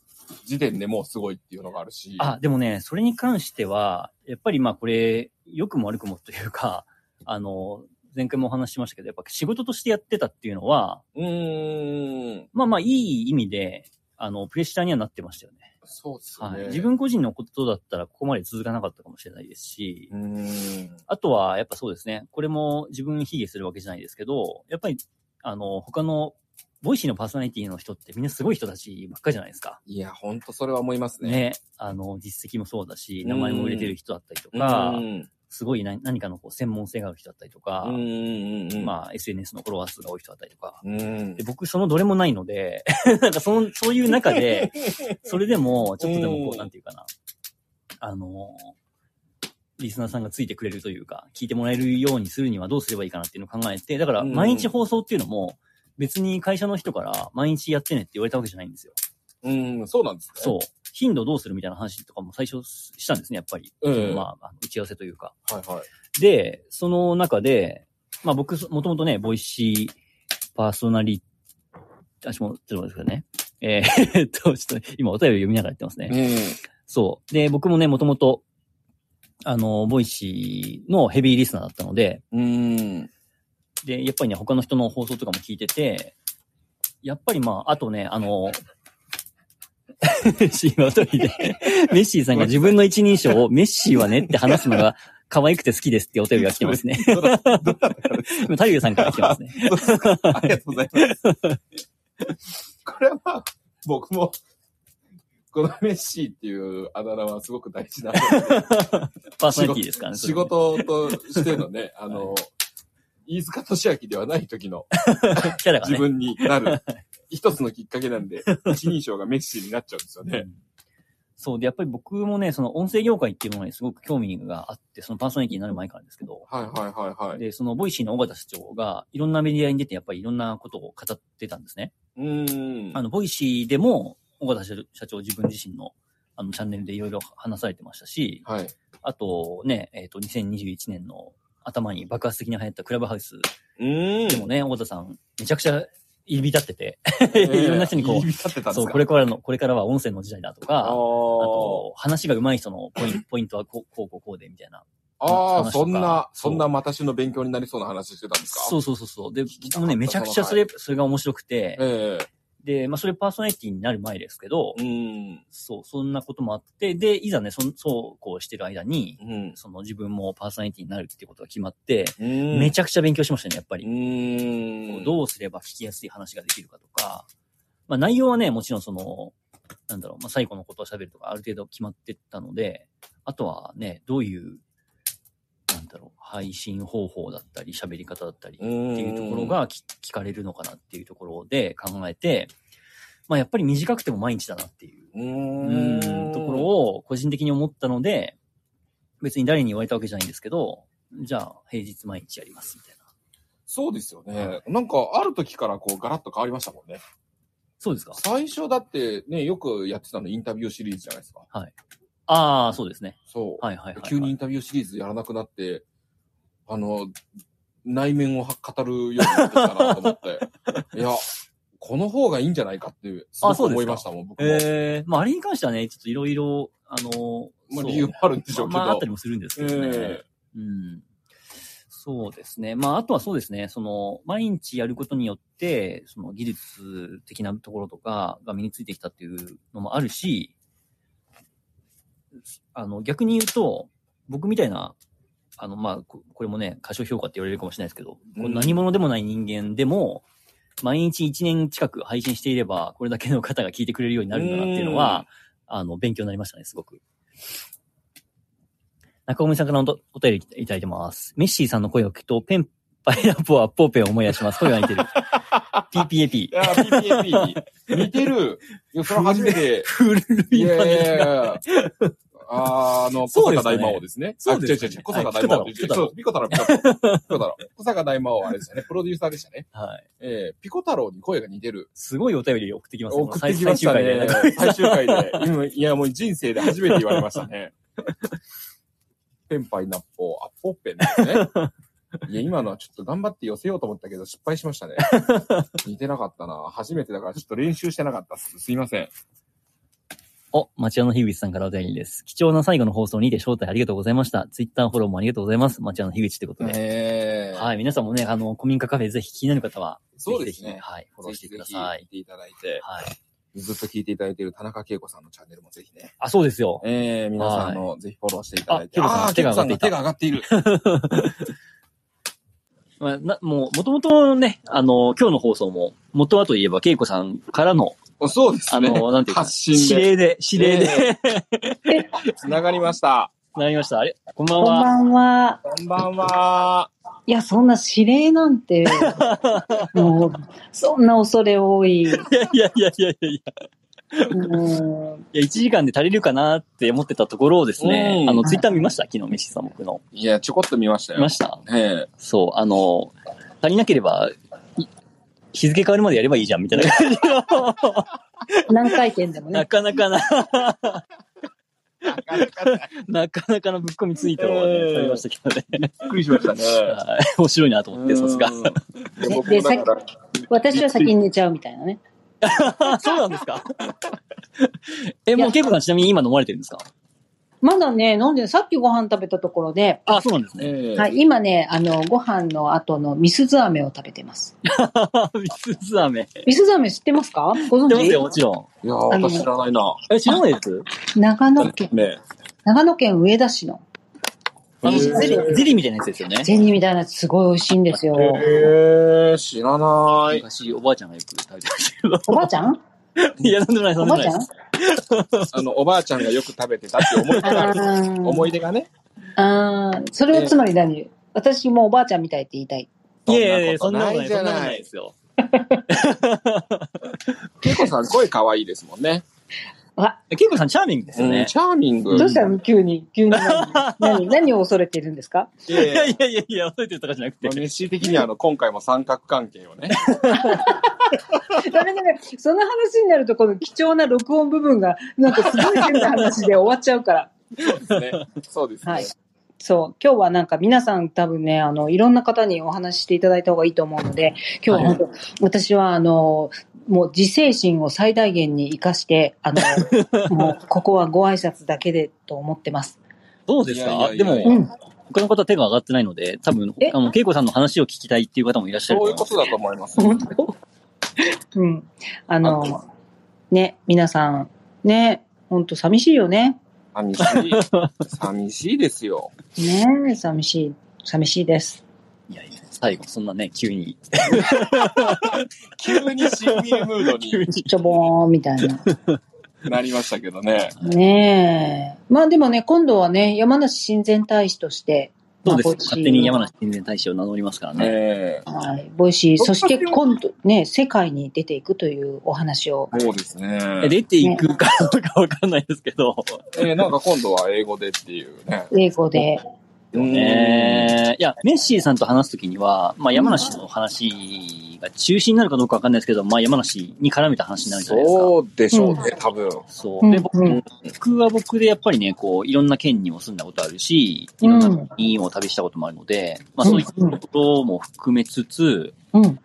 Speaker 2: 時点でもうすごいっていうのがあるし、
Speaker 1: あ、でもね、それに関しては、やっぱりまあこれ、良くも悪くもというか、あの、前回もお話ししましたけど、やっぱ仕事としてやってたっていうのは、
Speaker 2: うーん、
Speaker 1: まあまあいい意味で、あの、プレッシャーにはなってましたよね。
Speaker 2: そうですよ
Speaker 1: は
Speaker 2: ね。
Speaker 1: い。自分個人のことだったらここまで続かなかったかもしれないですし、
Speaker 2: うーん、
Speaker 1: あとは、やっぱそうですね。これも自分卑下するわけじゃないですけど、やっぱり、あの、他の、ボイシーのパーソナリティの人ってみんなすごい人たちばっかりじゃないですか。
Speaker 2: いや、ほんとそれは思います
Speaker 1: ね。
Speaker 2: ね。
Speaker 1: あの、実績もそうだし、
Speaker 2: うん
Speaker 1: 名前も売れてる人だったりと
Speaker 2: う
Speaker 1: か、
Speaker 2: ん
Speaker 1: すごい何何かのこう専門性がある人だったりとか、
Speaker 2: うんうんうん、あ、
Speaker 1: まあ、SNS のフォロワー数が多い人だったりとか。
Speaker 2: うん
Speaker 1: で、僕、そのどれもないので、 なんかその、そういう中で、それでも、ちょっとでもこ
Speaker 2: う
Speaker 1: う、
Speaker 2: ん
Speaker 1: なんていうかな、あの、リスナーさんがついてくれるというか、聞いてもらえるようにするにはどうすればいいかなっていうのを考えて、だから、
Speaker 2: うん
Speaker 1: 毎日放送っていうのも、別に会社の人から毎日やってねって言われたわけじゃないんですよ。
Speaker 2: うん、そうなんですね。
Speaker 1: そう。頻度どうするみたいな話とかも最初したんですね、やっぱり。
Speaker 2: ええ
Speaker 1: まあ、あの打ち合わせというか。
Speaker 2: う。はいはい。
Speaker 1: で、その中で、まあ僕、もともとね、ボイシーパーソナリ、あ、しも、ちょっと待ってくださいね。えー えっと、ちょっと今お便り読みながらやってますね。
Speaker 2: う
Speaker 1: そう。で、僕もね、もともと、あの、ボイシーのヘビーリスナーだったので、
Speaker 2: ん。うん。
Speaker 1: で、やっぱりね、他の人の放送とかも聞いてて、やっぱりまあ、あとね、あの、 シーは一人で、メッシーさんが自分の一人称をメッシーはねって話すのが可愛くて好きですってお便りが来てますね。
Speaker 2: どうだどうだったかな
Speaker 1: 太陽さんから来てます ね。
Speaker 2: ありがとうございます。これはまあ、僕も、このメッシーっていうあだ名はすごく大事な
Speaker 1: パーソナリティですからね。
Speaker 2: 仕事としてのね、あの、飯塚俊明ではない時の
Speaker 1: それね キャラが
Speaker 2: 自
Speaker 1: ね。
Speaker 2: 分になる 一つのきっかけなんで、一人称がメッシーになっちゃうんですよ
Speaker 1: う
Speaker 2: ね。
Speaker 1: んそうで、やっぱり僕もね、その音声業界っていうものにすごく興味があって、そのパーソナリティになる前からですけど、
Speaker 2: はいはいはいはい。
Speaker 1: で、そのボイシーの尾形社長がいろんなメディアに出てやっぱりいろんなことを語ってたんですね。
Speaker 2: うーん。
Speaker 1: あの、ボイシーでも尾形社社長自分自身のあのチャンネルでいろいろ話されてましたし、
Speaker 2: はい。
Speaker 1: あとね、えっ、と、2021年の頭に爆発的に流行ったクラブハウス
Speaker 2: うーん。
Speaker 1: でもね、尾形さんめちゃくちゃ入り浸ってて、
Speaker 2: え ー、
Speaker 1: いろんな人にこう
Speaker 2: 言い立ってたんで
Speaker 1: そ
Speaker 2: す
Speaker 1: う、
Speaker 2: か
Speaker 1: これからの、これからは音声の時代だと
Speaker 2: あ
Speaker 1: か、あ
Speaker 2: ー
Speaker 1: と、話が上手い人のポイ ンポイントはこう、こう、こう、こうで、みたいな。
Speaker 2: あー、
Speaker 1: 話とか
Speaker 2: そんな、
Speaker 1: そ
Speaker 2: そうそんな私の勉強になりそうな話してたんですか
Speaker 1: そうそうそうそう。で、
Speaker 2: きた
Speaker 1: もうね、めちゃくちゃそれ、それが面白くて、
Speaker 2: え
Speaker 1: で、まあ、それパーソナリティになる前ですけど
Speaker 2: え、うん。
Speaker 1: そう、そんなこともあって、で、いざね、そんそうこうしてる間に、
Speaker 2: うん。
Speaker 1: その自分もパーソナリティになるっていうことが決まって、
Speaker 2: め
Speaker 1: めちゃくちゃ勉強しましたね、やっぱり。
Speaker 2: う。
Speaker 1: こうんどうすれば聞きやすい話ができるかとか、まあ内容はね、もちろんその、なんだろう、まあ最後のことを喋るとかある程度決まってったので、あとはね、どういう、なんだろう、配信方法だったり、喋り方だったりっていうところがき聞かれるのかなっていうところで考えて、まあやっぱり短くても毎日だなっていう
Speaker 2: う
Speaker 1: うん
Speaker 2: ーん。
Speaker 1: ところを個人的に思ったので、別に誰に言われたわけじゃないんですけど、じゃあ平日毎日やりますみたいな。
Speaker 2: そうですよね。なんか、ある時からこう、ガラッと変わりましたもんね。
Speaker 1: そうですか
Speaker 2: 最初だってね、よくやってたのインタビューシリーズじゃないですか。
Speaker 1: ああ、そうですね。
Speaker 2: そう。
Speaker 1: はいはいはい、はい。
Speaker 2: 急にインタビューシリーズやらなくなって、あの、内面をは語るようになってきたなと 思って。いや、この方がいいんじゃないかっていう、すご
Speaker 1: あ
Speaker 2: く
Speaker 1: そうですか
Speaker 2: 思いましたもん、僕も。
Speaker 1: ええまああれに関してはね、ちょっといろいろ、あのー、
Speaker 2: まあ、
Speaker 1: そう
Speaker 2: 理由もあるんでしょうけ
Speaker 1: ま
Speaker 2: ど。
Speaker 1: あ、まああったりもするんですけどね。
Speaker 2: え
Speaker 1: うん。そうですね。まあ、あとはそうですね。その、毎日やることによって、その技術的なところとかが身についてきたっていうのもあるし、あの、逆に言うと、僕みたいな、あの、まあ、ここれもね、過小評価って言われるかもしれないですけど、
Speaker 2: うん
Speaker 1: 何者でもない人間でも、毎日1年近く配信していれば、これだけの方が聞いてくれるようになるんだなっていうのは、あの、勉強になりましたね、すごく。中込さんからのお便りいただいてます。メッシーさんの声を聞くと、ペン、パイナップルはポーペンを思い出します。声が似て る。PPAP
Speaker 2: い。や、PPAP。似てる。いや、それは初めて。
Speaker 1: 古
Speaker 2: い
Speaker 1: い
Speaker 2: や
Speaker 1: マ
Speaker 2: い
Speaker 1: ネ
Speaker 2: やいや。あーあの、
Speaker 1: そ
Speaker 2: 小
Speaker 1: うで
Speaker 2: 坂
Speaker 1: すね
Speaker 2: 大魔王ですね。
Speaker 1: そうですね
Speaker 2: あ違う違う違う小坂大魔王
Speaker 1: はい
Speaker 2: っ
Speaker 1: ピコ
Speaker 2: て。
Speaker 1: 太郎
Speaker 2: そう、ピコ太郎、ピコ太郎。ピコ太郎。小坂大魔王はあれですよね。プロデューサーでしたね。
Speaker 1: はい。
Speaker 2: えー、ピコ太郎に声が似てる。
Speaker 1: すごいお便り送ってきますね
Speaker 2: 送ってきました
Speaker 1: 最
Speaker 2: ね
Speaker 1: 最終回で。
Speaker 2: 最終回で。 今いや、もう人生で初めて言われましたね。ペンパイナッポー、アッポッペンですね。いや、今のはちょっと頑張って寄せようと思ったけど、失敗しましたね。似てなかったな。初めてだからちょっと練習してなかったっす。すいません。
Speaker 1: お、町屋の樋口さんからお便りです。貴重な最後の放送にて招待ありがとうございました。ツイッターフォローもありがとうございます。町屋の樋口ということで。
Speaker 2: えー
Speaker 1: はい。皆さんもね、あの、古民家カフェぜひ気になる方は、
Speaker 2: そうです
Speaker 1: ぜひぜ
Speaker 2: ね
Speaker 1: ひ。はい。フォロ
Speaker 2: ぜ
Speaker 1: ーして
Speaker 2: ひぜ
Speaker 1: くだ
Speaker 2: ひ
Speaker 1: さ
Speaker 2: 聞
Speaker 1: い
Speaker 2: い。ていただいて、
Speaker 1: はい。
Speaker 2: ずっと聞いていただいている田中恵子さんのチャンネルもぜひね、
Speaker 1: あ、そうですよ。
Speaker 2: えー、皆さんあの、ぜひフォローしていただいて、
Speaker 1: あ恵子さん
Speaker 2: あー恵子さんが
Speaker 1: 手
Speaker 2: 手
Speaker 1: が
Speaker 2: が上がっている。
Speaker 1: まあ、な、もう、もともとね、あの、今日の放送も、元はといえば、恵子さんからの、
Speaker 2: おそうです
Speaker 1: あ
Speaker 2: ね。
Speaker 1: の、なんていうか、
Speaker 2: 発信
Speaker 1: 指
Speaker 2: で
Speaker 1: 令で、指令で、
Speaker 2: つながりました。
Speaker 1: なりました。あれこんばん
Speaker 4: こん
Speaker 1: は。
Speaker 4: ばんは。
Speaker 2: こんばんは。
Speaker 4: いや、そんな指令な んて、もう、そんな恐れ多い。
Speaker 1: いやいやいやいやいやい
Speaker 4: も
Speaker 1: や、1時間で足りるかなって思ってたところをですね
Speaker 2: う、ん
Speaker 1: あの、ツイッター見ました昨日、飯さん僕の。
Speaker 2: いや、ちょこっと見ましたよ。
Speaker 1: 見ました
Speaker 2: ええ
Speaker 1: そう、あの、足りなければ、い日付変わるまでやればいいじゃん、みたいな感じの。
Speaker 4: う、何回転でも
Speaker 1: な
Speaker 4: ね。
Speaker 1: かなかな、
Speaker 2: なかなかね
Speaker 1: なかなかのぶっ込みツイートをね、されましたけどね。
Speaker 2: びっくりしましたね。
Speaker 1: はい面白いなと思って、さすが
Speaker 2: う。ん。いや僕
Speaker 4: で
Speaker 2: もだから
Speaker 4: 私は先に寝ちゃうみたいなね。
Speaker 1: あ、そうなんですか え、もう、ケイコさんちなみに今飲まれてるんですか
Speaker 4: まだね、飲んで、さっきご飯食べたところで、
Speaker 1: あ、そうなんですね。
Speaker 2: ええ
Speaker 4: はい、今ね、あの、ご飯の後のみすず飴を食べてます。
Speaker 1: みすず飴。知っ
Speaker 4: みすず飴知ってますかご
Speaker 1: てますよ、
Speaker 4: 存
Speaker 1: もちろん。
Speaker 2: いやー、私知らないな。
Speaker 1: え、知らないです
Speaker 4: 知長野県、
Speaker 2: ね
Speaker 4: 長野県上田市の
Speaker 1: あの、
Speaker 2: へ
Speaker 1: ゼ
Speaker 2: ー
Speaker 1: リー、ゼリーみたいなやつですよね。
Speaker 4: ゼニみたいなやつすごい美味しいんですよ。
Speaker 2: ええ知らない。
Speaker 1: 昔、おばあちゃんがよく食べてましたけど。
Speaker 4: おばあちゃん
Speaker 1: いや、なんでもない、な
Speaker 4: お
Speaker 1: んで
Speaker 4: ば
Speaker 1: もな
Speaker 4: あ
Speaker 1: い
Speaker 4: ち
Speaker 1: で
Speaker 4: ゃん
Speaker 1: す。
Speaker 2: あの、おばあちゃんがよく食べてたって思い 出がある。
Speaker 4: あ ー
Speaker 2: 思い出がね。
Speaker 4: ああ、それはつまり何、私もおばあちゃんみたいって言いたい。
Speaker 1: いやいやいや、そ
Speaker 2: そ
Speaker 1: ん
Speaker 2: ん
Speaker 1: な
Speaker 2: な
Speaker 1: こ
Speaker 2: ことと
Speaker 1: な、
Speaker 2: ないい
Speaker 1: そ
Speaker 2: じ
Speaker 1: ん
Speaker 2: ゃ
Speaker 1: な
Speaker 2: ない
Speaker 1: ことないですよ。
Speaker 2: けいこさん、声可愛いですもんね。
Speaker 4: あ、
Speaker 1: ケイコさん、チャーミングですよ
Speaker 2: うん
Speaker 1: ね。
Speaker 2: チャーミング。
Speaker 4: どうしたの急に、急に何 何何を恐れてるんですか
Speaker 2: い
Speaker 1: いや
Speaker 2: やい
Speaker 1: い
Speaker 2: や。
Speaker 1: やいやいや、覚えてるとかじゃなくて
Speaker 2: まあ。メッシー的には、あの、今回も三角関係をね。
Speaker 4: ダメダメ。その話になると、この貴重な録音部分が、なんかすごい変な話で終わっちゃうから。
Speaker 2: そうですね。そうですね。
Speaker 4: はい。そう。今日はなんか皆さん多分ね、あの、いろんな方にお話ししていただいた方がいいと思うので、今日は本当、私はあの、もう自制心を最大限に活かして、あの、 もうここはご挨拶だけでと思ってます。
Speaker 1: どうです
Speaker 2: いやいや
Speaker 1: か
Speaker 2: いや
Speaker 1: で
Speaker 4: う
Speaker 1: も、
Speaker 4: ん。
Speaker 1: 他の方手が上がってないので、多分
Speaker 4: え、
Speaker 1: あの、ケイコさんの話を聞きたいっていう方もいらっしゃると
Speaker 2: そう
Speaker 1: 思
Speaker 2: いう
Speaker 1: い
Speaker 2: こ
Speaker 1: ます。
Speaker 2: とだと思います。
Speaker 4: 本当うん。あ
Speaker 2: あ
Speaker 4: の、ね、皆さん、ね、ほんと寂しいよね。
Speaker 2: 寂しい。寂しいですよ。
Speaker 4: ね、寂しい、寂しいです。
Speaker 1: いやいや、最後、そんなね、急に。
Speaker 2: 急にしんみりムード
Speaker 1: 急
Speaker 2: に
Speaker 1: に。
Speaker 4: ちょぼーんみたいな。
Speaker 2: なりましたけどね。
Speaker 4: ねえ。まあでもね、今度はね、山梨親善大使として、
Speaker 1: そうです
Speaker 4: まあ
Speaker 1: よ。勝手に山梨県連大使を名乗りますからね。
Speaker 2: ええ
Speaker 4: はい、ボイシー、
Speaker 2: そ
Speaker 4: そ
Speaker 2: っか
Speaker 4: して今度ね、世界に出ていくというお話を。
Speaker 2: そうですね。
Speaker 1: え出ていくかどうかわかんないですけど。
Speaker 2: えーなんか今度は英語でっていうね。
Speaker 4: 英語で。
Speaker 1: えー、いや、メッシーさんと話すときには、まあ、山梨の話が中心になるかどうかわかんないですけど、まあ、山梨に絡めた話になるじゃないですか。
Speaker 2: そうでしょうね、多分。
Speaker 1: そうう。
Speaker 4: ん
Speaker 1: で、僕
Speaker 4: うん
Speaker 1: 僕は僕でやっぱりね、こう、いろんな県にも住んだことあるし、いろんな国を旅したこともあるので、まあ、そういったことも含めつつ、
Speaker 4: うん。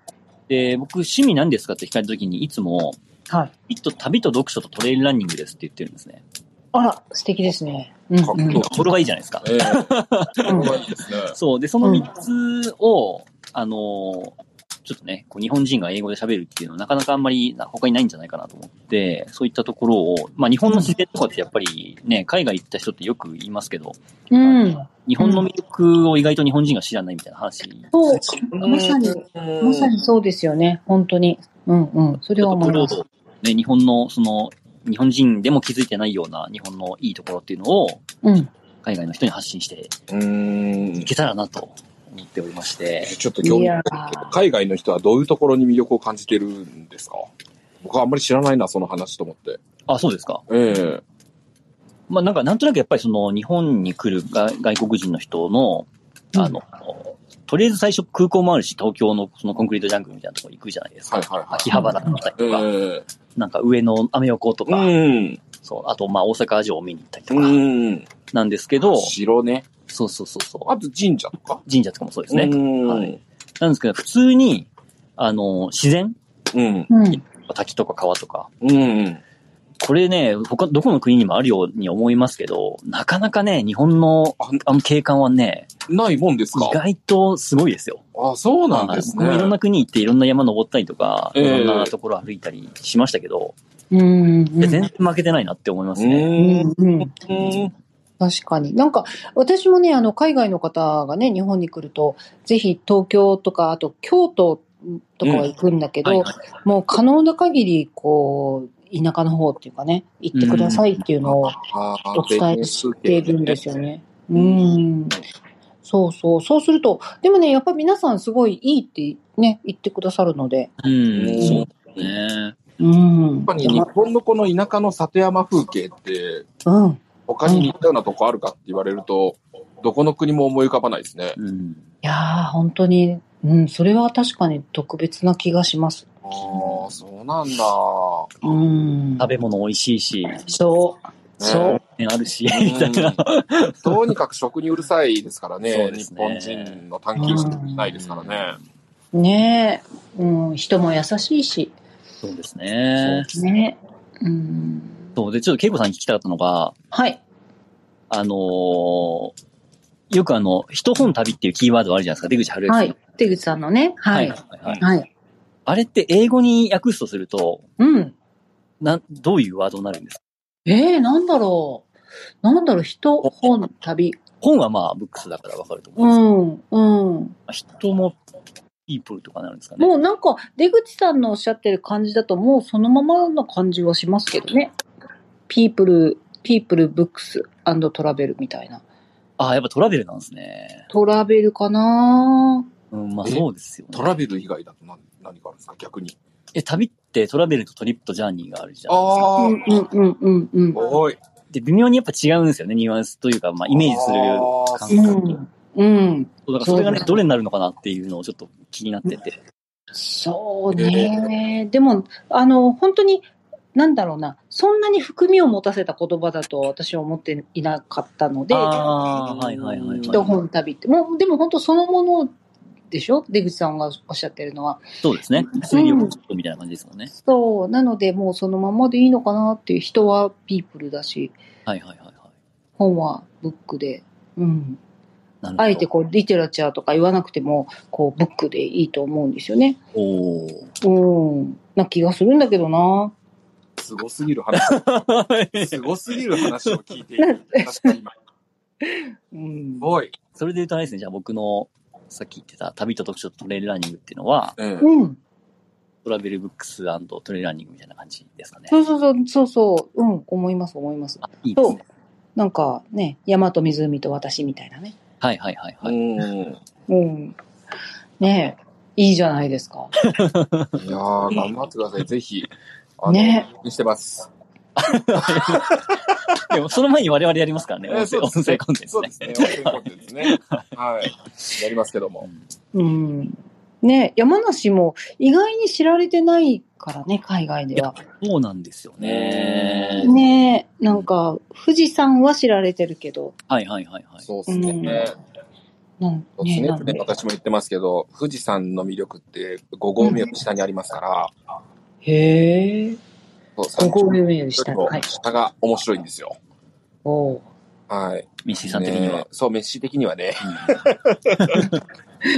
Speaker 1: で、僕、趣味何ですかって聞かれたときに、いつも、
Speaker 4: はい。
Speaker 1: きっと旅と読書とトレイルランニングですって言ってるんですね。
Speaker 4: あら、素敵ですね。う
Speaker 2: か
Speaker 4: ん、
Speaker 2: っこ
Speaker 4: う
Speaker 2: いい
Speaker 4: ん
Speaker 2: な。
Speaker 1: これがいいじゃないですか。
Speaker 2: ええ
Speaker 4: う
Speaker 2: これ
Speaker 4: ん
Speaker 2: はいいですね。
Speaker 1: そう。で、その3つを、あのー、ちょっとね、こう日本人が英語で喋るっていうのはなかなかあんまりな他にないんじゃないかなと思って、そういったところを、まあ日本の自然とかってやっぱりね、海外行った人ってよく言いますけど、
Speaker 4: うん。
Speaker 1: 日本の魅力を意外と日本人が知らないみたいな話。
Speaker 4: そう、まさに、まさにそうですよね。本当に。うんうん。それは思います。
Speaker 1: ね、日本のその、日本人でも気づいてないような日本のいいところっていうのを
Speaker 4: うん。
Speaker 1: 海外の人に発信して
Speaker 2: うーん
Speaker 1: い。けたらなと思っておりまして。
Speaker 2: ちょっと興
Speaker 4: い
Speaker 2: 味
Speaker 4: やー
Speaker 2: 海外の人はどういうところに魅力を感じてるんですか僕はあんまり知らないな、その話と思って。
Speaker 1: あ、そうですか。
Speaker 2: ええ
Speaker 1: まあなんかなんとなくやっぱりその日本に来るが外国人の人の、あの、とりあえず最初空港もあるし、東京のそのコンクリートジャングルみたいなとこ行くじゃないですか。
Speaker 2: はいはいはい。
Speaker 1: 秋葉原だったりとか、
Speaker 2: え
Speaker 1: なんか上のアメ横と
Speaker 2: え
Speaker 1: か、そう、あとまあ大阪城を見に行ったりと
Speaker 2: う
Speaker 1: か、
Speaker 2: ん。うん。
Speaker 1: なんですけど、
Speaker 2: 城ね。
Speaker 1: そうそうそうそ
Speaker 2: あと神社とか
Speaker 1: う、神社とかもそうです
Speaker 2: う
Speaker 1: ね。
Speaker 2: ん。
Speaker 1: はいなんですけど、普通に、あの、自然
Speaker 2: うん。
Speaker 4: うん。
Speaker 1: 滝とか川とか、
Speaker 2: うん。
Speaker 1: これね、他、どこの国にもあるように思いますけど、なかなかね、日本の
Speaker 2: あ
Speaker 1: あの景観はね、
Speaker 2: ないもんですか
Speaker 1: 意外とすごいですよ。
Speaker 2: あ、そうなんですね。
Speaker 1: はい僕もいろんな国行っていろんな山登ったりとか、
Speaker 2: え
Speaker 1: い
Speaker 2: え
Speaker 1: ろんなところ歩いたりしましたけど、
Speaker 4: うん。
Speaker 1: いや全然負けてないなって思いますね。
Speaker 4: うん。うん。
Speaker 2: うん。
Speaker 4: 確かに。なんか、私もね、あの、海外の方がね、日本に来ると、ぜひ東京とか、あと京都とかは行くんだけど、
Speaker 1: はいはい
Speaker 4: もう可能な限り、こう、田舎の方っていうかね、行ってくださいっていうのを
Speaker 2: ああ、
Speaker 4: お伝えしてるんですよね。うん。そうそう。そうすると、でもね、やっぱり皆さんすごいいいってね、言ってくださるので。
Speaker 1: うん、
Speaker 2: うん
Speaker 1: そうですね。
Speaker 4: うん。
Speaker 2: やっぱり日本のこの田舎の里山風景って、
Speaker 4: うん。
Speaker 2: 他に似たようなとこあるかって言われると、どこの国も思い浮かばないですね。
Speaker 1: うん。
Speaker 4: いやー、本当に、うん、それは確かに特別な気がします。
Speaker 2: ああ、そうな んだ。
Speaker 4: うん。
Speaker 1: 食べ物美味しいし、
Speaker 4: そう。そう。
Speaker 1: ねあるし、
Speaker 2: ん
Speaker 1: みたいな。
Speaker 2: とにかく食にうるさいですから
Speaker 1: そ
Speaker 2: ね
Speaker 1: う。で
Speaker 2: 日
Speaker 1: すね
Speaker 2: 本人の探求心ないですからね。
Speaker 4: ねえ、うん、人も優しいし。
Speaker 1: そうですね。
Speaker 4: ねえ。うん。
Speaker 1: そうで、ちょっと恵子さんに聞きたかったのが、
Speaker 4: はい。
Speaker 1: あのーよくあの、一本旅っていうキーワードあるじゃないですか、出口春之さん。
Speaker 4: はい。出口さんのね。はい。
Speaker 1: は
Speaker 4: はいい。
Speaker 1: はいはいあれって英語に訳すとすると、
Speaker 4: うん。
Speaker 1: なん、どういうワードになるんですか
Speaker 4: ええなんだろう。なんだろう、人、本、旅。
Speaker 1: 本はまあ、ブックスだからわかると思う
Speaker 4: う
Speaker 1: んですけど
Speaker 4: ん、うん。
Speaker 1: まあ、人も、ピープルとかなるんですかね。
Speaker 4: もうなんか、出口さんのおっしゃってる感じだと、もうそのままの感じはしますけどね。ピープル、ピープル、ブックス、アンドトラベルみたいな。
Speaker 1: ああ、やっぱトラベルなんですね。
Speaker 4: トラベルかな
Speaker 1: うん、まあ
Speaker 2: え
Speaker 1: そうですよ、ね。
Speaker 2: トラベル以外だと何何があるんですか逆に。
Speaker 1: え、旅ってトラベルとトリップとジャーニーがあるじゃないですか。
Speaker 2: ああ、
Speaker 4: うん、うん、うん、うん、うん。
Speaker 2: おい。
Speaker 1: で、微妙にやっぱ違うんですよね、ニュアンスというか、まあイメージする
Speaker 2: あ
Speaker 1: 感
Speaker 2: ー
Speaker 1: 覚。
Speaker 4: うん。うん。
Speaker 1: そうだからそれがね
Speaker 4: そう、
Speaker 1: どれになるのかなっていうのをちょっと気になってて。
Speaker 4: そうね。でも、あの、本当に、なんだろうな、そんなに含みを持たせた言葉だと私は思っていなかったので、
Speaker 1: ああ、はいはいはい、
Speaker 4: 人
Speaker 1: はい。
Speaker 4: 本旅って。もう、でも本当そのものでしょ出口さんがおっしゃってるのは。
Speaker 1: そうですね。水曜ちょっとみたいな感じですもんね。
Speaker 4: そう。なので、もうそのままでいいのかなっていう人はピープルだし、
Speaker 1: はいはいはいはい。
Speaker 4: 本はブックで。うん。
Speaker 1: なるほど。
Speaker 4: あえてこう、リテラチャーとか言わなくても、こう、ブックでいいと思うんですよね。
Speaker 1: おー。
Speaker 4: うん。な気がするんだけどな。
Speaker 2: すごすぎる話。すごすぎる話を聞いている。確かに今。
Speaker 4: うん。
Speaker 2: おい。
Speaker 1: それで言うとあれですね、じゃあ僕の好さっき言ってた旅と読書とトレイルランニングっていうのは、
Speaker 2: うん。
Speaker 4: うん。
Speaker 1: トラベルブックストレイルランニングみたいな感じですかね。
Speaker 4: そうそうそう、そうそう。うん、思います、思います。
Speaker 1: あ、いいです
Speaker 4: そう
Speaker 1: ね。。
Speaker 4: なんかね、山と湖と私みたいなね。
Speaker 1: はいはいはいはい。
Speaker 2: うん
Speaker 4: うん。ねえ、いいじゃないですか。
Speaker 2: いやー、頑張ってください、ぜひ。あの
Speaker 4: ね。
Speaker 2: 応援してます。
Speaker 1: でもその前に我々やりますからね、音声、音声コンテンツ
Speaker 2: そう
Speaker 1: ね
Speaker 2: で。すね、音声コンテンツね。はい。やりますけども。
Speaker 4: うん。ねえ山梨も意外に知られてないからね、海外では。
Speaker 1: そうなんですよね。
Speaker 4: ねえ、なんか、富士山は知られてるけど、
Speaker 1: はいはいはいはい。
Speaker 2: そうですね。
Speaker 4: なん
Speaker 2: ス
Speaker 4: ね
Speaker 2: ネ
Speaker 4: な
Speaker 2: ープ
Speaker 4: ん
Speaker 2: で
Speaker 4: で。
Speaker 2: 私も言ってますけど、富士山の魅力って5合目より下にありますから、
Speaker 4: へえ。
Speaker 2: そう、
Speaker 4: 5合目
Speaker 2: よ
Speaker 4: より下。はい。
Speaker 2: 下が面白いんですよ。
Speaker 4: おう
Speaker 2: はい。
Speaker 1: ミッシーさん的に
Speaker 2: ね
Speaker 1: は。
Speaker 2: そう、メッシー的にはね。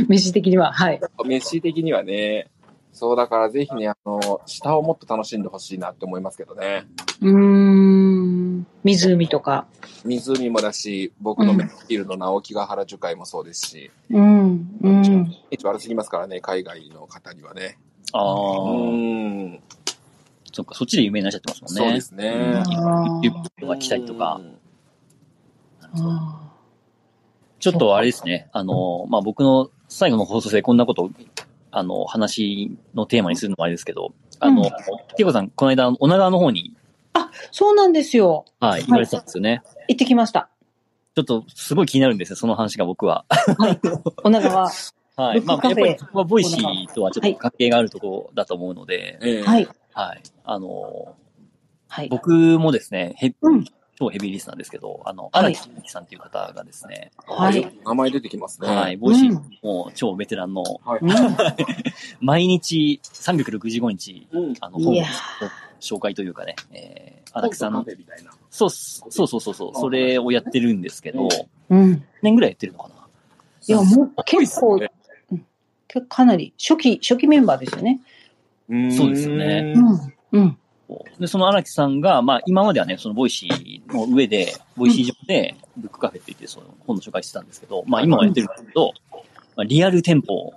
Speaker 4: 飯的には、はい。
Speaker 2: メッシー的にはね。そう、だからぜひね、あの、下をもっと楽しんでほしいなって思いますけどね。
Speaker 4: うーん。湖とか。
Speaker 2: 湖もだし、僕のメッシールの直木ヶ原樹海もそうですし、
Speaker 4: うん、うん。
Speaker 2: 位置悪すぎますからね、海外の方にはね。
Speaker 1: あ
Speaker 2: う
Speaker 1: あ、
Speaker 2: ーん。
Speaker 1: そっか、そっちで有名になっちゃってますもんね。
Speaker 2: そうですね。
Speaker 4: あ
Speaker 1: ユッ
Speaker 4: ー
Speaker 1: プとか来たりとか
Speaker 2: う。ん。
Speaker 4: あ
Speaker 1: ちょっとあれですね、あの、まあ、僕の最後の放送でこんなことを、あの、話のテーマにするのもあれですけど、あの、
Speaker 4: うん
Speaker 1: ティコさん、この間、女川の方に、
Speaker 4: ー。そうなんですよ。
Speaker 1: はい、行かれてたんですよね。
Speaker 4: 行ってきました。
Speaker 1: ちょっと、すごい気になるんですよ、その話が僕は。
Speaker 4: 女川。
Speaker 1: はい。ま
Speaker 4: ブック
Speaker 1: あ、
Speaker 4: カ
Speaker 1: やっ
Speaker 4: フ
Speaker 1: ぱ
Speaker 4: ェ
Speaker 1: り、僕はボイシーとはちょっと関係があるところだと思うので、
Speaker 2: ええ
Speaker 4: はい。
Speaker 1: はい。あの、
Speaker 4: はい。
Speaker 1: 僕もですね、ヘ
Speaker 4: うん。
Speaker 1: 超ヘビーリスナーですけど、あの、
Speaker 4: は
Speaker 1: 荒
Speaker 4: い
Speaker 1: 木美樹さんっていう方がですね、
Speaker 4: はい。
Speaker 2: 名前出てきますね。
Speaker 1: はい、ボイシー
Speaker 4: うん
Speaker 1: もう超ベテランの、
Speaker 2: はい。
Speaker 4: うん
Speaker 1: 毎日365日、
Speaker 2: うん。
Speaker 1: あの、
Speaker 4: い
Speaker 1: 本を
Speaker 4: や
Speaker 1: 紹介というかね、えー、荒木さん
Speaker 2: カ
Speaker 1: の
Speaker 2: フ、ェみたいな。
Speaker 1: そうっすそうそうそうそう、それをやってるんですけ
Speaker 2: うん
Speaker 1: ど、
Speaker 4: うん。
Speaker 1: 年ぐらいやってるのかない
Speaker 4: や、もう結構、
Speaker 2: すごいっ
Speaker 4: うん結構かなり、初期、初期メンバーですよね。
Speaker 1: そうですよね
Speaker 2: うーん。
Speaker 4: うん。うん。
Speaker 1: こうで、その荒木さんが、まあ、今まではね、そのボイシーの上で、ボイシー上で、ブックカフェって言って、その本の紹介してたんですけど、まあ、今はやってるんですけど、まあ、リアル店舗を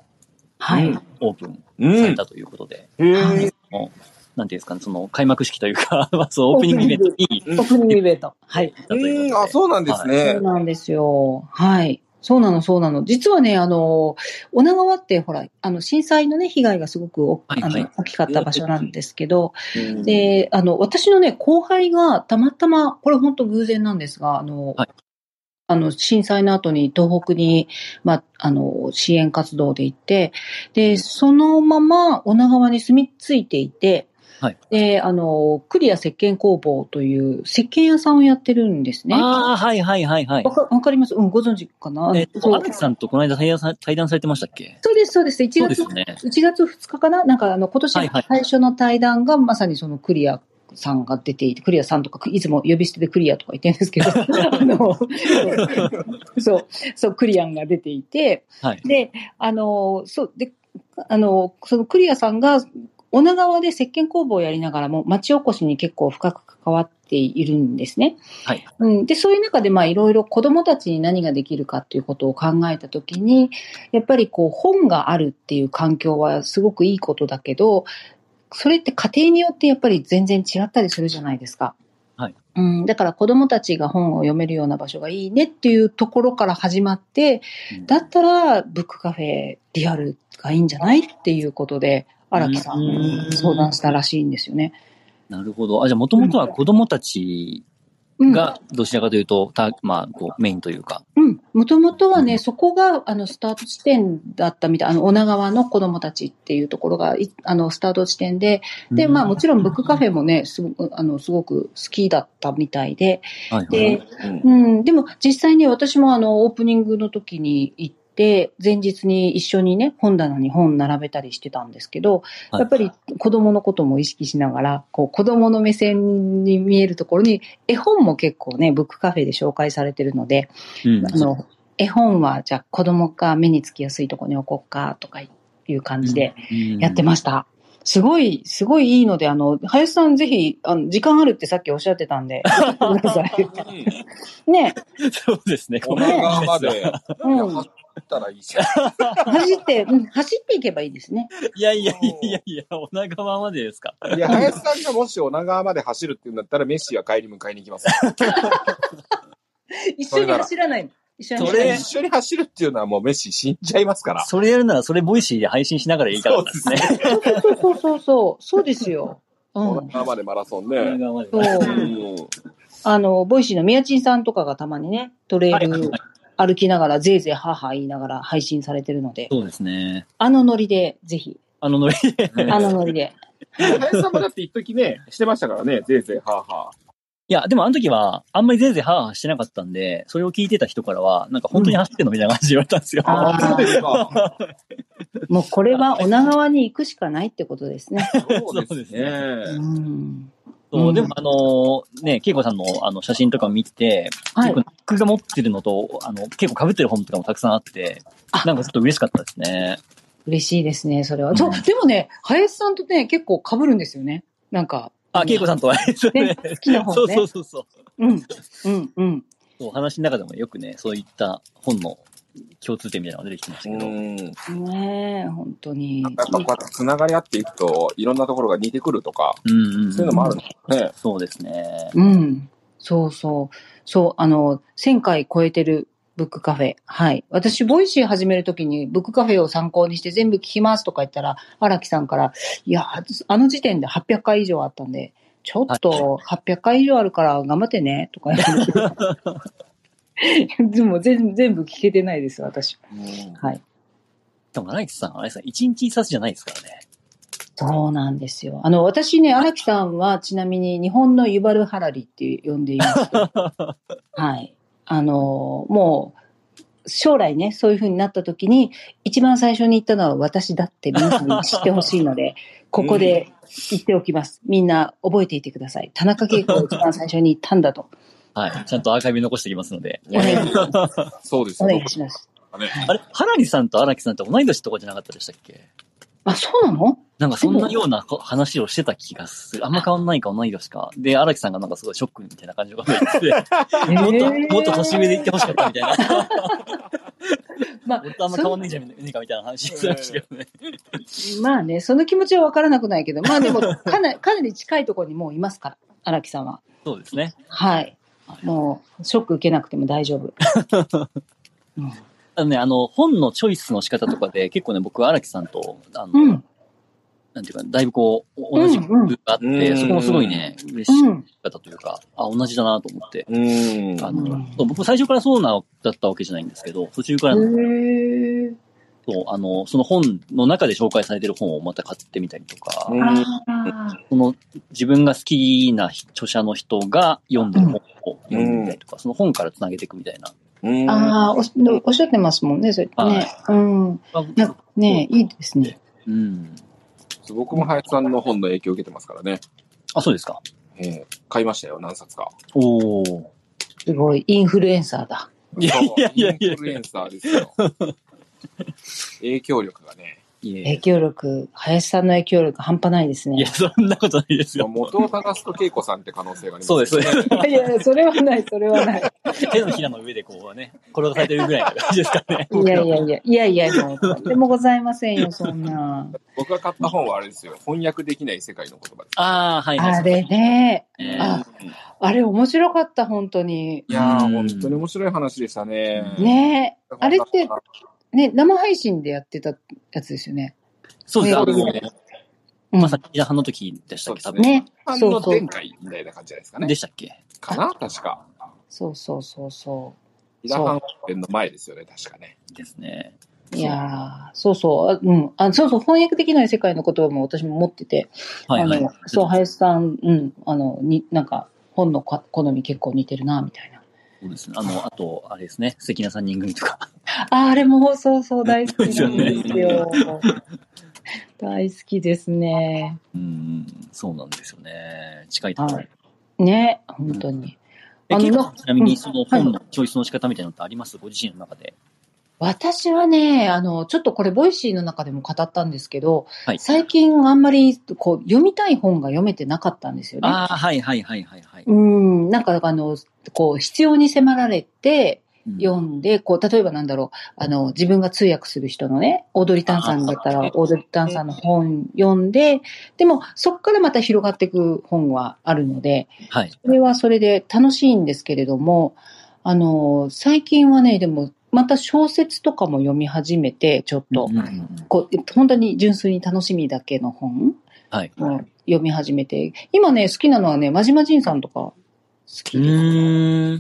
Speaker 4: はい。
Speaker 1: オープン
Speaker 2: うん。
Speaker 1: さ
Speaker 2: へ
Speaker 1: れたということで、
Speaker 2: え。、
Speaker 1: なんていうんですかね、その開幕式というか、 まあそう、オープニングイベントに
Speaker 4: オープニングイベント。はい。
Speaker 1: だといううんこ
Speaker 2: あ、
Speaker 1: と
Speaker 2: そうなんですね
Speaker 4: そう。なんですよ。はい。そうなの、そうなの。実はね、あの、女川って、ほら、あの、震災のね、被害がすごくお、
Speaker 1: はいはい
Speaker 4: あの大きかった場所なんですけど、
Speaker 2: うん、
Speaker 4: で、あの、私のね、後輩が、たまたま、これ本当偶然なんですが、あの、
Speaker 1: はい
Speaker 4: あの、震災の後に東北に、まあ、あの、支援活動で行って、で、そのまま女川に住み着いていて、
Speaker 1: はい
Speaker 4: で、あの、クリア石鹸工房という石鹸屋さんをやってるんです
Speaker 1: で。
Speaker 4: ね。
Speaker 1: ああ、はいはいはいはい
Speaker 4: わ。かわかりますうん、ご存知かな
Speaker 1: えっと、
Speaker 4: そう
Speaker 1: 荒木さんとこの間対談さ対談されてましたっけ
Speaker 4: そうです、そうです。1
Speaker 1: そうで
Speaker 4: 月
Speaker 1: す、ね。
Speaker 4: 1月2日かななんかあの、今年
Speaker 1: はいはい
Speaker 4: 最初の対談がまさにそのクリアさんが出ていて、クリアさんとか、いつも呼び捨てでクリアとか言ってるんで すけど、あの、そう、そう、クリアンが出ていて、
Speaker 1: はい。
Speaker 4: で、あの、そう、で、あの、そのクリアさんが、女川で石鹸工房をやりながらも、町おこしに結構深く関わっているんですね。
Speaker 1: はい。
Speaker 4: うん、でそういう中でまあいろいろ子どもたちに何ができるかっていうことを考えた時にやっぱりこう本があるっていう環境はすごくいいことだけどそれって家庭によってやっぱり全然違ったりするじゃないですか。
Speaker 1: はい
Speaker 4: うん、だから子どもたちが本を読めるような場所がいいねっていうところから始まって
Speaker 1: うん
Speaker 4: だったらブックカフェリアルがいいんじゃないっていうことで荒木さん
Speaker 1: うん
Speaker 4: に相談したらしいんですよね。
Speaker 1: なるほど。あ、じゃあ、もともとは子供たち
Speaker 4: うん、
Speaker 1: が、どちらかというと、たまあ、こう、メインというか。
Speaker 4: うん。もともとは
Speaker 1: うん
Speaker 4: ね、そこが、あの、スタート地点だったみたい。あの、女川の子供たちっていうところが、いあの、スタート地点で。で、まあ、もちろん、ブックカフェもね、すごく、あの、すごく好きだったみたいで。
Speaker 1: ろん、はいはい、
Speaker 4: で、うん、でも、実際に私も、あの、オープニングの時に行って、前日に一緒にね、本棚に本並べたりしてたんですけど、
Speaker 1: はい
Speaker 4: やっぱり子供のことも意識しながら、こう、子供の目線に見えるところに、絵本も結構ね、ブックカフェで紹介されてるので、
Speaker 1: うん。
Speaker 4: あの、絵本はじゃあ子供が目につきやすいとこに置こうかとかいう感じでやってま
Speaker 1: し
Speaker 4: した。すごい、すごいいいので、あの、林さんぜひ、あの、時間あるってさっきおっしゃってたん で、ください。ね、
Speaker 1: た。そうですね、こ
Speaker 2: お
Speaker 1: の
Speaker 2: 腹まで。いや
Speaker 4: うん
Speaker 2: はったらいいじゃん。
Speaker 4: 走って、うん走っていけばいいですね。
Speaker 1: いやいやいやいやいや、お腹側までですか。
Speaker 2: いや、林さんがもし女川まで走るって言うんだったら、メッシは帰り迎えに行きます。
Speaker 4: 一緒に走らないの。一緒に
Speaker 1: そ
Speaker 4: 走ら
Speaker 1: れ
Speaker 4: ない
Speaker 2: 一緒に走るっていうのはもうメッシ死んじゃいますから。
Speaker 1: それやるなら、それボイシーで配信しながらやりたかったですね。
Speaker 4: そうそうそうそう。そうですよ。う
Speaker 2: 女
Speaker 4: ん。
Speaker 2: 川までマラソン
Speaker 1: お
Speaker 2: ね
Speaker 1: 腹。側まで
Speaker 4: そう。
Speaker 2: うん
Speaker 4: あの、ボイシーの宮地さんとかがたまにね、トレイル歩きながら、ぜいぜいはーはー言いながら配信されてるので、
Speaker 1: そうですね。
Speaker 4: あのノリで、ぜひ、
Speaker 1: あのノリで。
Speaker 2: うん
Speaker 4: あのノリで。
Speaker 2: 林さんもだって一時ね、してましたからね、ぜいぜいはーはい
Speaker 1: や、でもあの時は、あんまり全然ハーハーしてなかったんで、それを聞いてた人からは、なんか本当に走ってんのみたいな感じで言われたんですよ。
Speaker 4: うんあ
Speaker 2: ー。
Speaker 4: ー
Speaker 2: そうですか。
Speaker 4: もうこれは女川に行くしかないってことですね。
Speaker 2: そうですね。
Speaker 4: うん。
Speaker 1: そう
Speaker 4: うん
Speaker 1: でもあのね、恵子さんのあの写真とか見て、
Speaker 4: はい
Speaker 1: 結構、僕が持ってるのと、あの、結構被ってる本とかもたくさんあって、
Speaker 4: あ
Speaker 1: なんかちょっと嬉しかったですね。
Speaker 4: 嬉しいですね、それは。
Speaker 1: うん
Speaker 4: そうでもね、林さんとね、結構被るんですよね。なんか。
Speaker 1: あ、恵子さんとは、そう
Speaker 4: ね、好き
Speaker 1: そ
Speaker 4: な本
Speaker 1: う
Speaker 4: ね。
Speaker 1: そうそうそう。
Speaker 4: うん。うん。うん。
Speaker 1: そう話の中でもよくね、そういった本の共通点みたいなのが出てきてました
Speaker 2: う
Speaker 1: けど、
Speaker 2: ん。やっ
Speaker 4: ねえ、本当に。
Speaker 2: ぱこうやって繋がり合っていくと、いろんなところが似てくるとか、
Speaker 1: うんうんん
Speaker 2: そういうのもあるんですね。
Speaker 1: そうですね。
Speaker 4: うん。そうそう。そう、あの、1000回超えてるブックカフェ。はい。私、ボイシー始めるときに、ブックカフェを参考にして全部聞きますとか言ったら、荒木さんから、いや、あの時点で800回以上あったんで、ちょっと800回以上あるから頑張ってね、とか言われ て。でも全全部聞けてないです、私。はい。
Speaker 1: でも、荒木さん、あれですね、一日一冊じゃないですからね。
Speaker 4: そうなんですよ。あの、私ね、荒木さんはちなみに日本のユバルハラリって呼んでい ます。はい。あの、もう、将来ね、そういう風になった時に、一番最初に言ったのは私だって皆さんに知ってほしいの で、ここで言っておきます。みんな覚えていてください。田中恵 子を一番最初に言ったんだと。
Speaker 1: はい。ちゃんとアーカイブ残してきますので。
Speaker 4: お願いします。
Speaker 2: そうです
Speaker 4: お
Speaker 2: よ
Speaker 4: 願いします。
Speaker 1: あれ、原木さんと荒木さんって同い年とかじゃなかったでしたっけ
Speaker 4: あ、そうなの
Speaker 1: なんかそんなようなこ話をしてた気がする。あんま変わんないか同い年か。で、荒木さんがなんかすごいショックみたいな感じのこと言ってて、もっと、もっと年上で言ってほしかったみたいな。
Speaker 4: まあ
Speaker 1: もっとあんま変わんないんじゃねえかみたいな話してましたけどね。
Speaker 4: まあね、その気持ちは分からなくないけど、まあでも、かなり、かなり近いところにもういますから、荒木さんは。
Speaker 1: そうですね。
Speaker 4: はい。もう、ショック受けなくても大丈夫。うん
Speaker 1: あのね、あの、本のチョイスの仕方とかで、結構ね、僕は荒木さんと、あの、
Speaker 4: うん。
Speaker 1: なんていうか、だいぶこう、お同じ
Speaker 4: うんうん
Speaker 1: 部があって、
Speaker 2: うん
Speaker 1: そこもすごいね、嬉し
Speaker 4: う
Speaker 1: か
Speaker 4: ん。
Speaker 1: ったというか、あ、同じだなと思って。
Speaker 2: うん。
Speaker 1: あ
Speaker 4: う
Speaker 1: の
Speaker 4: ん、
Speaker 1: そう僕最初からそうな、だったわけじゃないんですけど、途中からの
Speaker 4: へえ。
Speaker 1: そう、あの、その本の中で紹介されてる本をまた買ってみたりとか、
Speaker 2: うん
Speaker 4: あ
Speaker 1: その自分が好きな著者の人が読んでる本を読んでみたりとか、その本からつなげていくみたいな。
Speaker 2: うん
Speaker 4: あ、ああおっしおっしゃってますもんね、それって
Speaker 1: は
Speaker 4: ね。うん。なんかね、いいですね。
Speaker 1: うん。
Speaker 2: 僕も林さんの本の影響を受けてますからね。
Speaker 1: あ、そうですか。
Speaker 2: ええ買いましたよ、何冊か。
Speaker 1: おお。
Speaker 4: すごい、インフルエンサーだ。
Speaker 1: いやいやいやいや
Speaker 2: インフルエンサーで すよ。影響力がね。
Speaker 1: いえ
Speaker 4: 影響力、林さんの影響力半端ないです
Speaker 1: いや、
Speaker 4: ね。
Speaker 1: そんなことないですよ。
Speaker 2: 元を探すと恵子さんって可能性があります、
Speaker 1: そうです、そうです。
Speaker 4: いやいや、それはない、それはない。
Speaker 1: 手のひらの上でこうね、転がされてるぐらいの感じですかね。
Speaker 4: いやいやいや、いやいや、もう、とんでもございませんよ、そんな。
Speaker 2: 僕が買った本はあれですよ。翻訳できない世界の言葉です。
Speaker 1: ああ、はいはい。
Speaker 4: あれね、
Speaker 1: えー
Speaker 4: ああれ面白かった、本当に。
Speaker 2: いやー、
Speaker 1: うん
Speaker 2: 本当に面白い話でしたね。
Speaker 4: ねえあれって
Speaker 2: だか
Speaker 4: ね、生配信でやってたやつですよね。
Speaker 1: そうです。あ
Speaker 2: ら、そうです
Speaker 1: の、
Speaker 2: ね。
Speaker 4: うん
Speaker 1: まさきのの時でしたっけ、多分。
Speaker 4: ね。
Speaker 2: あ
Speaker 4: そ
Speaker 2: の
Speaker 4: うそう
Speaker 2: 前。回みたいな感じじゃないですか
Speaker 1: で
Speaker 2: ね。
Speaker 1: したっけ
Speaker 2: かな確か。
Speaker 4: そうそうそうそ
Speaker 2: イラハンオープンの前ですよね、確かね。
Speaker 1: ですね。
Speaker 4: う。いやーそうそう。あうん。あ、そうそう。翻訳できない世界の言葉も私も持ってて。
Speaker 1: はいはい
Speaker 4: あの。そう、林さん、うん。あの、に、なんか、本のか好み結構似てるな、みたいな。
Speaker 1: そうですね。あの、あと、あれですね。素敵な3人組とか。
Speaker 4: あ、あれも、そうそ う、大好きなんで
Speaker 1: ですすよ
Speaker 4: よ。 大好きですね。
Speaker 1: うん、そうなんですよね。近いところ。
Speaker 4: はい。ね、本当に。
Speaker 1: え
Speaker 4: あの
Speaker 1: ケイコさんちなみ
Speaker 4: う
Speaker 1: に、
Speaker 4: ん
Speaker 1: その本のチョイスの仕方みたいなのってありますご自身の中で。
Speaker 4: 私はね、あの、ちょっとこれ、ボイシーの中でも語ったんですけど、
Speaker 1: はい
Speaker 4: 最近あんまり、こう、読みたい本が読めてなかったんですよね。
Speaker 1: ああ、はいはいはいはいはい。
Speaker 4: うん、なんか、あの、こう、必要に迫られて、読んで、こう、例えばなんだろう、あの、自分が通訳する人のね、オードリー・タンさんだったら、オードリー・タンさんの本読んで、でも、そこからまた広がっていく本はあるので、
Speaker 1: はい。
Speaker 4: それはそれで楽しいんですけれども、あの、最近はね、でも、また小説とかも読み始めて、ちょっと、
Speaker 1: うんうん
Speaker 4: こう本当に純粋に楽しみだけの本
Speaker 1: はい。
Speaker 4: を読み始めて、今ね、好きなのはね、真島仁さんとか好き
Speaker 1: う
Speaker 4: で
Speaker 1: ー
Speaker 4: す。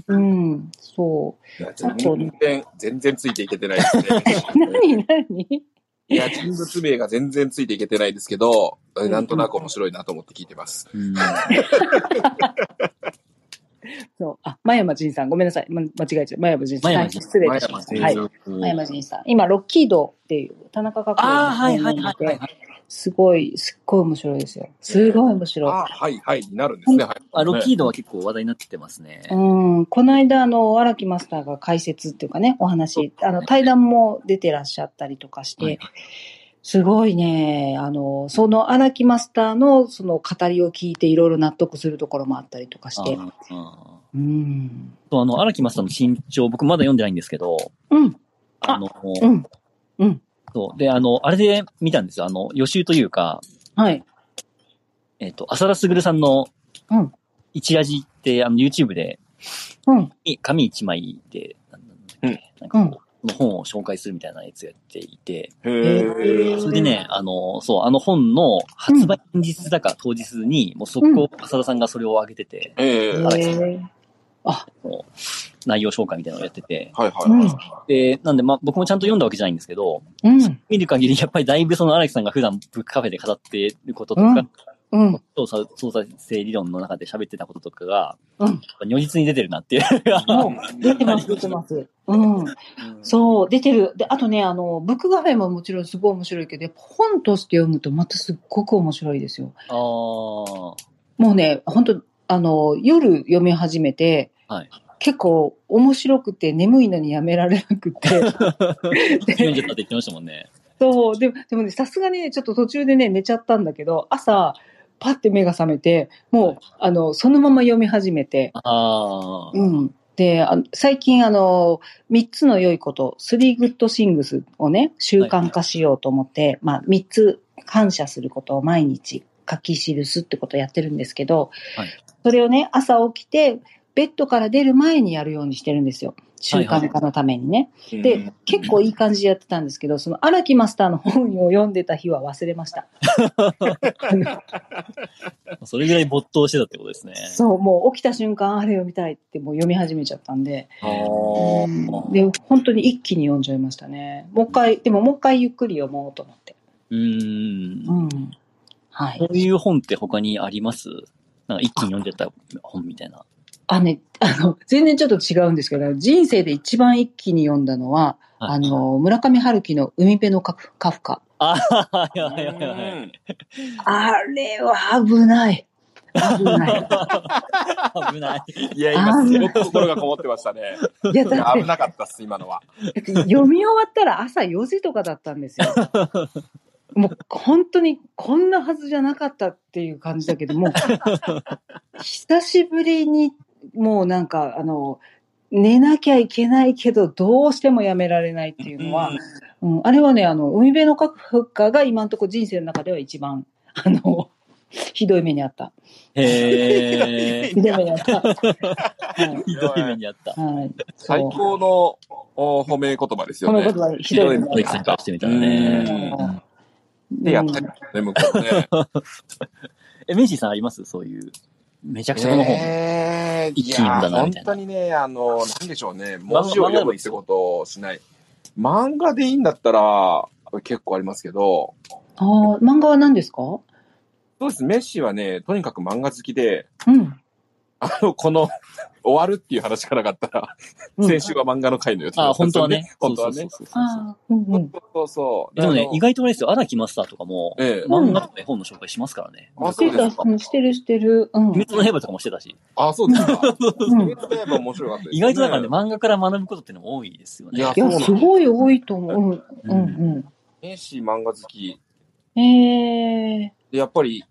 Speaker 1: ん。
Speaker 4: うん、そう。
Speaker 2: いや全然、全然ついていけてない ですね。
Speaker 4: 何何
Speaker 2: いや、人物名が全然ついていけてないですけど、なんとなく面白いなと思って聞いてます。
Speaker 1: うん
Speaker 4: そう。あ、真山仁さん。ごめんなさい。ま間違えちゃう。真山仁さん。
Speaker 1: 真
Speaker 4: は
Speaker 1: 山
Speaker 4: い
Speaker 1: 仁
Speaker 4: 失礼いたしました。はい。真山仁さん。今、ロッキードっていう、田中角栄
Speaker 1: ああ、はいはい
Speaker 4: の
Speaker 1: はい
Speaker 4: 本
Speaker 1: は
Speaker 4: ないので。すごい、すっごい面白いですよ。すごい面白い。
Speaker 2: あ、はいはい、になるんですね。はい、
Speaker 1: あ、ロッキードは結構話題になってますね。
Speaker 4: うん、この間、あの、荒木マスターが解説っていうかね、お話、あの、対談も出てらっしゃったりとかして、
Speaker 1: はい
Speaker 4: すごいね、あの、その荒木マスターのその語りを聞いていろいろ納得するところもあったりとかして、
Speaker 1: ああ
Speaker 4: うん。
Speaker 1: そう、あの、荒木マスターの新潮、僕まだ読んでないんですけど、
Speaker 4: うん、あ
Speaker 1: あの、
Speaker 4: うん、うん。
Speaker 1: そう。で、あの、あれで見たんですよ。あの、予習というか、
Speaker 4: はい。
Speaker 1: えっ、と、浅田卓さんの
Speaker 4: うん、
Speaker 1: 一ラジって、あの、YouTube で、
Speaker 4: うん、
Speaker 1: 紙一枚で、なんだっけ、なんかこう、の本を紹介するみたいなやつやっていて、
Speaker 2: へ
Speaker 1: それでね、あの、そう、あの本の発売日だか当日に、もう速攻、浅田さんがそれを上げてて、
Speaker 2: ええ
Speaker 4: へ
Speaker 2: はい
Speaker 4: ー
Speaker 1: もう内容紹介みたいなのをやってて、
Speaker 2: はいは
Speaker 1: で、なんで、まあ、僕もちゃんと読んだわけじゃないんですけど、
Speaker 4: うん、
Speaker 1: 見る限り、やっぱりだいぶその荒木さんが普段ブックカフェで語っていることとか、
Speaker 4: うん、
Speaker 1: 操作、操作性理論の中で喋ってたこととかが、
Speaker 4: うん
Speaker 1: やっぱ如実に出てるなっていう。
Speaker 4: もう、出てます、出てます。うん。そう、出てる。で、あとね、あの、ブックカフェももちろんすごい面白いけど、やっぱ本として読むとまたすっごく面白いですよ。
Speaker 1: ああ、は
Speaker 4: もうね、本当あの、夜読み始めて、
Speaker 1: はい
Speaker 4: 結構面白くて眠いのにやめられなくて。
Speaker 1: 読んじゃったって言ってましたもんね。
Speaker 4: そう、でも、でもね、さすがにね、ちょっと途中でね、寝ちゃったんだけど、朝、パッて目が覚めて、もう、あの、そのまま読み始めて、
Speaker 1: ああ、
Speaker 4: うん。で、あの最近、あの、3つの良いこと、3グッドシングスをね、習慣化しようと思って、まあ、3つ感謝することを毎日書き記すってことをやってるんですけど、
Speaker 1: はい
Speaker 4: それをね、朝起きて、ベッドから出る前にやるようにしてるんですよ。習慣化のためにね。
Speaker 2: い。
Speaker 4: で、結構いい感じでやってたんですけど、その荒木マスターの本を読んでた日は忘れました。
Speaker 1: それぐらい没頭してたってことですね。
Speaker 4: そう、もう起きた瞬間、あれ読みたいってもう読み始めちゃったんで、
Speaker 2: あ
Speaker 4: で、本当に一気に読んじゃいましたね。もう一回、でももう一回ゆっくり読もうと思って。
Speaker 1: うーん。こ
Speaker 4: うん。はい。
Speaker 1: ういう本って他にありますなんか一気に読んじゃった本みたいな。
Speaker 4: あのね、あの、全然ちょっと違うんですけど、人生で一番一気に読んだのは、
Speaker 1: はい
Speaker 4: あの、村上春樹の海辺のカフカフカ。
Speaker 1: ああ、 はいはいはいはい。
Speaker 4: あれは危ない。危ない。
Speaker 1: 危ない。
Speaker 2: いや、今、すごく心がこもってましたね。
Speaker 4: いや、
Speaker 2: いや
Speaker 4: だって
Speaker 2: 危、なかったっす、今のは。
Speaker 4: だって読み終わったら朝4時とかだったん ですよ。もう本当にこんなはずじゃなかったっていう感じだけども、久しぶりにもうなんかあの、寝なきゃいけないけど、どうしてもやめられないっていうのは、うんあれはね、あの、海辺のカフカが今のところ人生の中では一番、あの、ひどい目にあった。
Speaker 1: へえ。
Speaker 4: ひどい目にあった。はい
Speaker 1: ひどい目にあった。
Speaker 4: はい。
Speaker 2: 最
Speaker 4: そう。
Speaker 2: 高のお褒め言葉ですよ
Speaker 4: この
Speaker 2: ね。
Speaker 4: ことはひどい目
Speaker 1: ドイ
Speaker 4: に
Speaker 1: ツ
Speaker 4: あっ
Speaker 1: 参
Speaker 4: た
Speaker 1: 加。してみたらね。
Speaker 2: で、やっ
Speaker 4: うん
Speaker 2: たりね、向こうね。
Speaker 1: え、メンシーさんありますそういう。めちゃくちゃこの本。
Speaker 2: えー、
Speaker 1: 一
Speaker 2: い
Speaker 1: 気に読ん
Speaker 2: や
Speaker 1: だなみ
Speaker 2: 本
Speaker 1: たいな
Speaker 2: 当にね、あの、なんでしょうね、文字を読むってことをしない。漫画でいいんだったら、結構ありますけど、
Speaker 4: ああ、漫画は何ですか
Speaker 2: そうです、メッシはね、とにかく漫画好きで、
Speaker 4: うん。
Speaker 2: あの、この、終わるっていう話からなかったら、
Speaker 4: うん
Speaker 2: 先週は漫画の回の予定だ
Speaker 1: あ、
Speaker 2: ったん
Speaker 1: 本
Speaker 2: です
Speaker 1: 当
Speaker 2: よ
Speaker 1: はね。
Speaker 2: 本当はね。
Speaker 1: そうそうそうそう
Speaker 4: ああ、うんうん。
Speaker 2: そうそう。
Speaker 1: でも
Speaker 2: あ
Speaker 1: ね
Speaker 2: の、
Speaker 1: 意外とあれですよ、荒木マスターとかも、
Speaker 2: ええ
Speaker 1: 漫画とか絵本の紹介しますからね。
Speaker 2: あ、
Speaker 4: して
Speaker 2: そうで
Speaker 4: る
Speaker 2: すか。
Speaker 4: してるしてる。うん。
Speaker 1: 鬼滅の刃とかもしてたし、
Speaker 2: あ、そうで すか。
Speaker 4: うん
Speaker 2: それやっぱ面白かったですね
Speaker 1: 意外とだからね、漫画から学ぶことってのも多いですよね。
Speaker 2: いや
Speaker 4: いや、すごい多いと思う。
Speaker 1: う
Speaker 4: うんん
Speaker 2: メッシ漫画好き。
Speaker 4: うん。ええ
Speaker 2: で、やっぱり、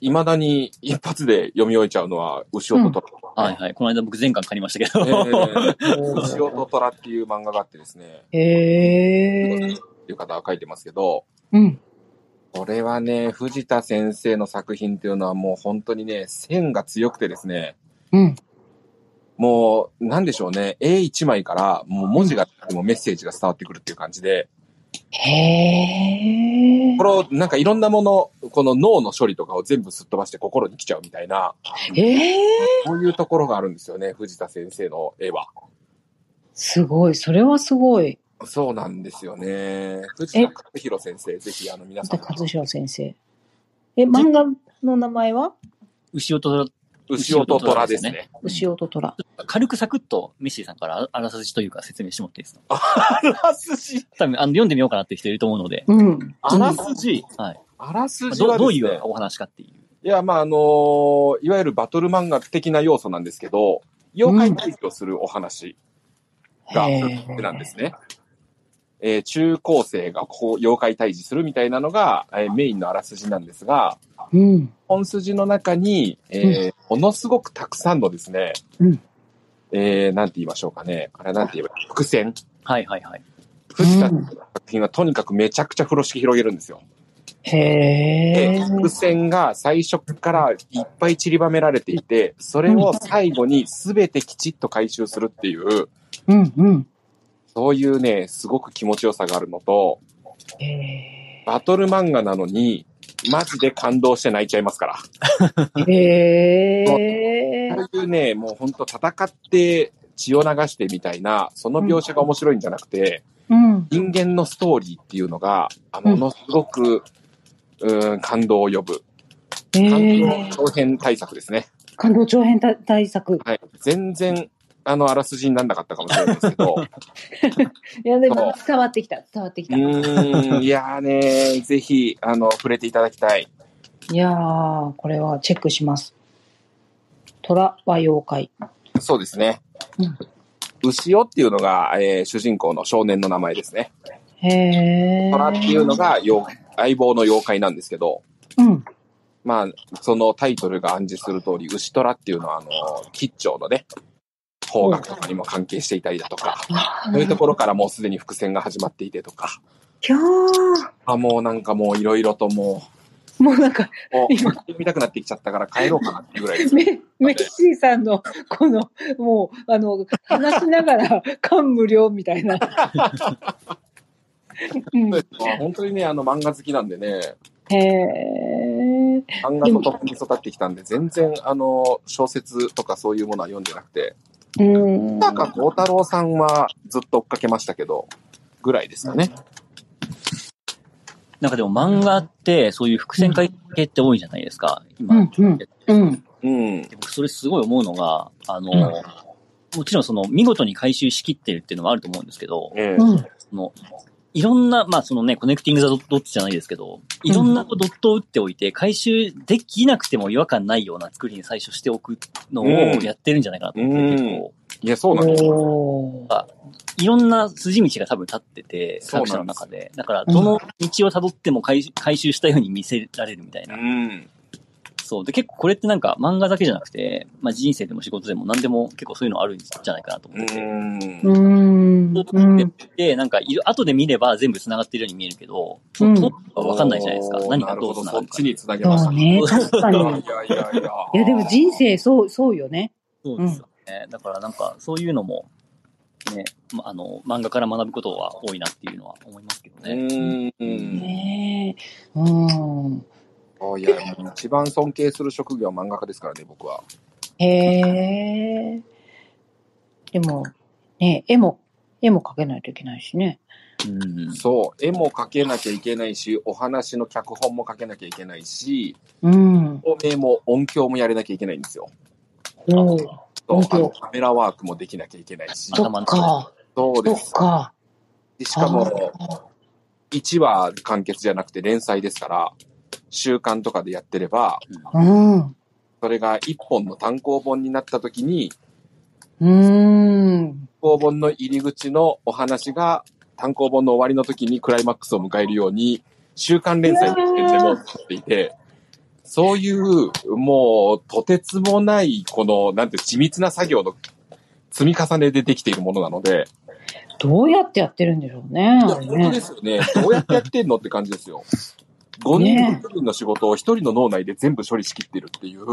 Speaker 2: 未だに一発で読み終えちゃうのは、牛尾とトラとか。
Speaker 1: はいはい。この間僕前巻借りましたけ
Speaker 2: え
Speaker 1: ど。
Speaker 2: ー、牛尾と虎っていう漫画があってですね、
Speaker 4: へえ。
Speaker 2: っていう方が書いてますけど、
Speaker 4: うん。
Speaker 2: これはね、藤田先生の作品というのはもう本当にね、線が強くてですね、
Speaker 4: うん。
Speaker 2: もう、なんでしょうね、絵一枚から、もう文字があってもメッセージが伝わってくるっていう感じで、
Speaker 4: へえ
Speaker 2: こ。れをなんかいろんなもの、この脳の処理とかを全部すっ飛ばして心に来ちゃうみたいな、
Speaker 4: ええ。
Speaker 2: そういうところがあるんですよね、藤田先生の絵は。
Speaker 4: すごい。それはすごい。
Speaker 2: そうなんですよね。藤田和弘先生、ぜひあの皆さ
Speaker 4: ま
Speaker 2: ん
Speaker 4: た、和弘先生。え、漫画の名前は
Speaker 1: 牛音、
Speaker 2: 牛尾と虎です ね。
Speaker 4: 牛音虎。
Speaker 1: 軽くサクッとミッシーさんからああらすじというか説明してもらっていいですか
Speaker 2: あらすじ
Speaker 1: 多分あの読んでみようかなって人いると思うので、
Speaker 4: うん。
Speaker 2: あらすじ
Speaker 1: はい
Speaker 2: あらすじ
Speaker 1: ど
Speaker 2: は
Speaker 1: ど
Speaker 2: で
Speaker 1: う
Speaker 2: す
Speaker 1: い
Speaker 2: ね
Speaker 1: う、お話かっていう。
Speaker 2: いや、まあ、あのーいわゆるバトル漫画的な要素なんですけど、妖怪退治をするお話が
Speaker 4: へ
Speaker 2: なんですね。えー中高生がこう妖怪退治するみたいなのが、えーメインのあらすじなんですが、
Speaker 4: うん。
Speaker 2: 本筋の中に、えーものすごくたくさんのですね、
Speaker 4: うん
Speaker 2: えーなんて言いましょうかね。あれなんて言えばいい、伏線。
Speaker 1: はいはいはい。
Speaker 2: 藤田さんの作品はとにかくめちゃくちゃ風呂敷広げるんですよ。
Speaker 4: へ
Speaker 2: で
Speaker 4: え。
Speaker 2: 伏線が最初からいっぱい散りばめられていて、それを最後に全てきちっと回収するっていう、
Speaker 4: うんうん。
Speaker 2: そういうね、すごく気持ちよさがあるのと、
Speaker 4: へえ。
Speaker 2: バトル漫画なのに、マジで感動して泣いちゃいますから。
Speaker 4: へえ。
Speaker 2: そういうね、もうほんと戦って血を流してみたいな、その描写が面白いんじゃなくて、
Speaker 4: うん。
Speaker 2: 人間のストーリーっていうのが、あの、
Speaker 4: うん
Speaker 2: ものすごく、うん、感動を呼ぶ。
Speaker 4: へ
Speaker 2: 感
Speaker 4: え
Speaker 2: 動。長編対策ですね。
Speaker 4: 感動長編た対策。
Speaker 2: はい。全然、あの、あらすじになんなかったかもしれないですけど。う
Speaker 4: いや、で
Speaker 2: そ
Speaker 4: も
Speaker 2: う
Speaker 4: 伝わってきた。伝わってきた。い
Speaker 2: ーん、いやーねぜひ、あの、触れていただきたい。
Speaker 4: やー、これはチェックします。虎は妖怪。
Speaker 2: そうですね
Speaker 4: うん。
Speaker 2: 牛尾っていうのが、えー主人公の少年の名前ですね。
Speaker 4: へえ。
Speaker 2: 虎っていうの。が、妖相棒の妖怪なんですけど、
Speaker 4: うん。
Speaker 2: まあ、そのタイトルが暗示する通り、牛虎っていうのは、あの、吉兆のね、方角とかにも関係していたりだとか、そういうところからもうすでに伏線が始まっていてとか、
Speaker 4: いやー、
Speaker 2: あ、もうなんかもういろいろともう、
Speaker 4: もうなんか、
Speaker 2: もう、見たくなってきちゃったから帰ろうかなっていうぐらいです。
Speaker 4: メメッシーさんの、この、もう、あの、話しな がら、感無量みたいな。うん、へ
Speaker 2: 本当にね、あの漫画好きなんでね、
Speaker 4: え。
Speaker 2: 漫画と共に育ってきたんで、全然、あの、小説とかそういうものは読んでなくて、
Speaker 4: うん。
Speaker 2: なんか孝太郎さんはずっと追っかけましたけど、ぐらいですかね。
Speaker 1: なんかでも漫画ってそういう伏線回系って多いじゃないですか、今。
Speaker 4: うんうんうん。
Speaker 2: うん。
Speaker 1: 僕それすごい思うのが、あの、
Speaker 4: うん
Speaker 1: もちろんその見事に回収しきってるっていうのはあると思うんですけど、
Speaker 2: ええ
Speaker 4: うん。
Speaker 1: そのいろんな、まあそのね、コネクティングザドットじゃないですけど、いろんなドットを打っておいて、回収できなくても違和感ないような作りに最初しておくのを
Speaker 2: うん
Speaker 1: やってるんじゃないかなと思って、
Speaker 2: うん
Speaker 1: 結構、
Speaker 2: いや、そうなんです。
Speaker 4: おー
Speaker 1: いろんな筋道が多分立ってて、
Speaker 2: そうな
Speaker 1: 作
Speaker 2: んです
Speaker 1: 者の中で。だから、どの道を辿っても回回収したように見せられるみたいうな。
Speaker 2: ん。
Speaker 1: そう。で、結構これってなんか漫画だけじゃなくて、まあ人生でも仕事でも何でも結構そういうのあるんじゃないかなと
Speaker 2: う
Speaker 1: 思って。
Speaker 2: ん。
Speaker 4: うーん。うん。
Speaker 1: で、なんかいろ、後で見れば全部繋がってるように見えるけど、そ
Speaker 4: うん
Speaker 1: の当時はわかんないじゃないですか。
Speaker 2: おー
Speaker 1: 何
Speaker 2: な
Speaker 1: が
Speaker 2: る
Speaker 1: ど
Speaker 2: ほ
Speaker 1: う
Speaker 2: ど、
Speaker 1: 繋
Speaker 2: そ
Speaker 1: が
Speaker 2: っ
Speaker 1: る
Speaker 2: ち
Speaker 1: か。
Speaker 2: に繋げまし
Speaker 4: そ
Speaker 2: た
Speaker 4: う。ね、確か
Speaker 2: い
Speaker 4: に。
Speaker 2: や
Speaker 4: い
Speaker 2: いやいやいや。
Speaker 4: や、でも人生、そう、そうよね。
Speaker 1: そうですよね。だからなんか、そういうのも、ね、まあの、漫画から学ぶことは多いなっていうのは思いますけど
Speaker 2: う
Speaker 1: ね。
Speaker 2: ん。い
Speaker 4: ねえ。うん。
Speaker 2: や、もう一番尊敬する職業は漫画家ですからね、僕は。
Speaker 4: へえ。でも、ね絵も、絵も描けないといけないしね。
Speaker 1: うん。
Speaker 2: そう、絵も描けなきゃいけないし、お話の脚本も描けなきゃいけないし、
Speaker 4: うん。
Speaker 2: 照明も音響もやれなきゃいけないんですよ。
Speaker 4: おう
Speaker 2: そう
Speaker 4: 音響
Speaker 2: あのカメラワークもできなきゃいけないし、
Speaker 4: そっか。
Speaker 2: そう
Speaker 4: そ
Speaker 2: で
Speaker 4: っ
Speaker 2: す。
Speaker 4: か。
Speaker 2: でしかも、1話完結じゃなくて連載ですから、週刊とかでやってれば、
Speaker 4: うん。う
Speaker 2: それが1本の単行本になった時に、
Speaker 4: ーん。
Speaker 2: 単行本の入り口のお話が単行本の終わりの時にクライマックスを迎えるように、週刊連載の時点でもう作っていて、そういう、もう、とてつもない、この、なんて、緻密な作業の積み重ねでできているものなので、
Speaker 4: どうやってやってるんでしょうね。
Speaker 2: いや、
Speaker 4: あ
Speaker 2: 本
Speaker 4: れ
Speaker 2: 当
Speaker 4: ね
Speaker 2: ですよね。どうやってやってんのって感じですよ。5人
Speaker 4: ね
Speaker 2: 1人の仕事を1人の脳内で全部処理しきってるっていう、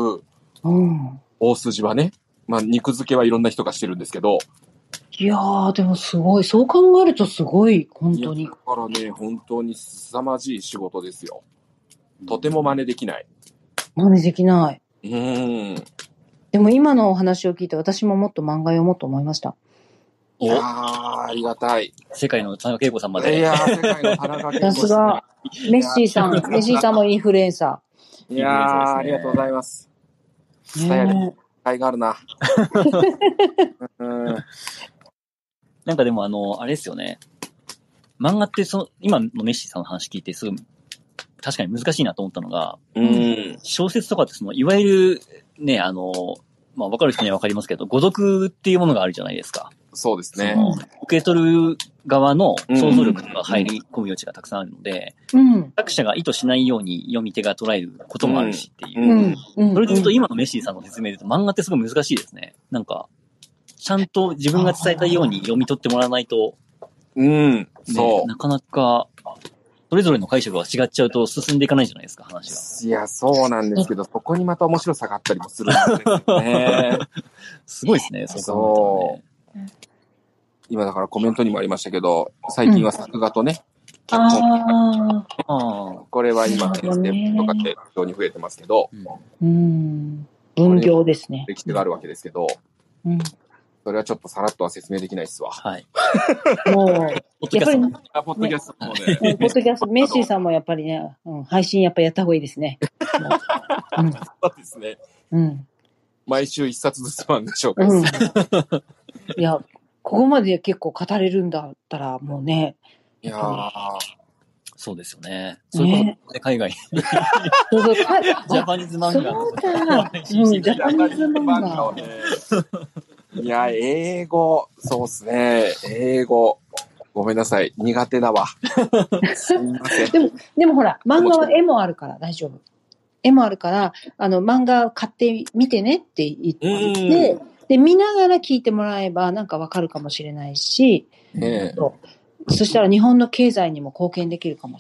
Speaker 4: うん。
Speaker 2: 大筋はね、まあ、肉付けはいろんな人がしてるんですけど、
Speaker 4: いやー、でもすごい。そう考えるとすごい、本当
Speaker 2: いや
Speaker 4: に
Speaker 2: だ。からね、本当に凄まじい仕事ですよ。とても真似できない。
Speaker 4: 真似できない。
Speaker 2: うーん。
Speaker 4: でも今のお話を聞いて私ももっと漫画読もうと思いました。
Speaker 2: いやー
Speaker 1: お、
Speaker 2: ありがたい。
Speaker 1: 世界の田中恵子さんま
Speaker 2: い
Speaker 1: で。
Speaker 2: やー世界の田中健
Speaker 4: さすが。メッシーさん、メッシーさんもインフルエンサ
Speaker 2: いやー、ありがとうございます。
Speaker 4: ー。
Speaker 2: 伝える
Speaker 4: ね
Speaker 2: 機会がある な。うん
Speaker 1: なんかでもあの、あれですよね。漫画ってその、今のメッシーさんの話聞いてすぐ、確かに難しいなと思ったのが、
Speaker 2: うん。
Speaker 1: 小説とかってその、いわゆる、ね、あの、まあ、わかる人にはわかりますけど、語読っていうものがあるじゃないですか。
Speaker 2: そうです
Speaker 1: そ
Speaker 2: ね。
Speaker 1: の受け取る側の想像力とか入り込む余地がたくさんあるので、
Speaker 4: うん。
Speaker 1: 作者が意図しないように読み手が捉えることもあるしっていう。
Speaker 4: う
Speaker 2: うんん。
Speaker 4: うん。
Speaker 1: それで言うと
Speaker 4: うん
Speaker 1: 今のメッシーさんの説明で言うと漫画ってすごい難しいですね。なんか、ちゃんと自分が伝えたいように読み取ってもらわないと、
Speaker 2: うん。
Speaker 1: ね
Speaker 2: そ
Speaker 1: なかなか、それぞれの解釈が違っちゃうと進んでいかないじゃないですか、話が。
Speaker 2: う。いや、そうなんですけど、そこにまた面白さがあったりもするんですよね。
Speaker 1: すごいですね、そう考
Speaker 2: 今だからコメントにもありましたけど、最近は作画とね、脚本
Speaker 4: あ
Speaker 1: えたらね。ああ。
Speaker 2: これは今、
Speaker 4: そう
Speaker 2: 先
Speaker 4: だね
Speaker 2: 生とかで非常に増えてますけど、
Speaker 1: うん
Speaker 4: ーうん。分業ですね。
Speaker 2: 歴史があるわけですけど、
Speaker 4: うん。
Speaker 2: それはちょっとさらっとは説明できないっすわ。
Speaker 1: はい。
Speaker 4: もう、
Speaker 1: ポッドキ
Speaker 4: や
Speaker 1: ャ
Speaker 4: っぱ
Speaker 1: ス
Speaker 4: り、も
Speaker 1: ト
Speaker 2: あ、ポッ
Speaker 4: ドキャ
Speaker 2: ストも
Speaker 4: うポッドキャスト、メッシーさんもやっぱりね、うん、配信やっぱやった方がいいですね。もう
Speaker 2: そうですね。
Speaker 4: うん。うん。
Speaker 2: 毎週一冊ずつ漫画紹介す
Speaker 4: うん
Speaker 2: る。。
Speaker 4: いや、ここまで結構語れるんだったら、もうね、
Speaker 2: いやー、
Speaker 1: そうですよね。そういうことこで海外、
Speaker 4: そうそうかい
Speaker 1: ジャパニーズ漫画
Speaker 4: そうだ。うん、ジャパニーズ漫画。
Speaker 2: いや、英語、そうっすね。英語。ごめんなさい。苦手だわ。すみません。
Speaker 4: でも、でもほら、漫画は絵もあるから大丈夫。絵もあるから、あの、漫画買ってみてねって言って、で、見ながら聞いてもらえば、なんかわかるかもしれないし、
Speaker 2: ね
Speaker 4: そしたら日本の経済にも貢献できるかも。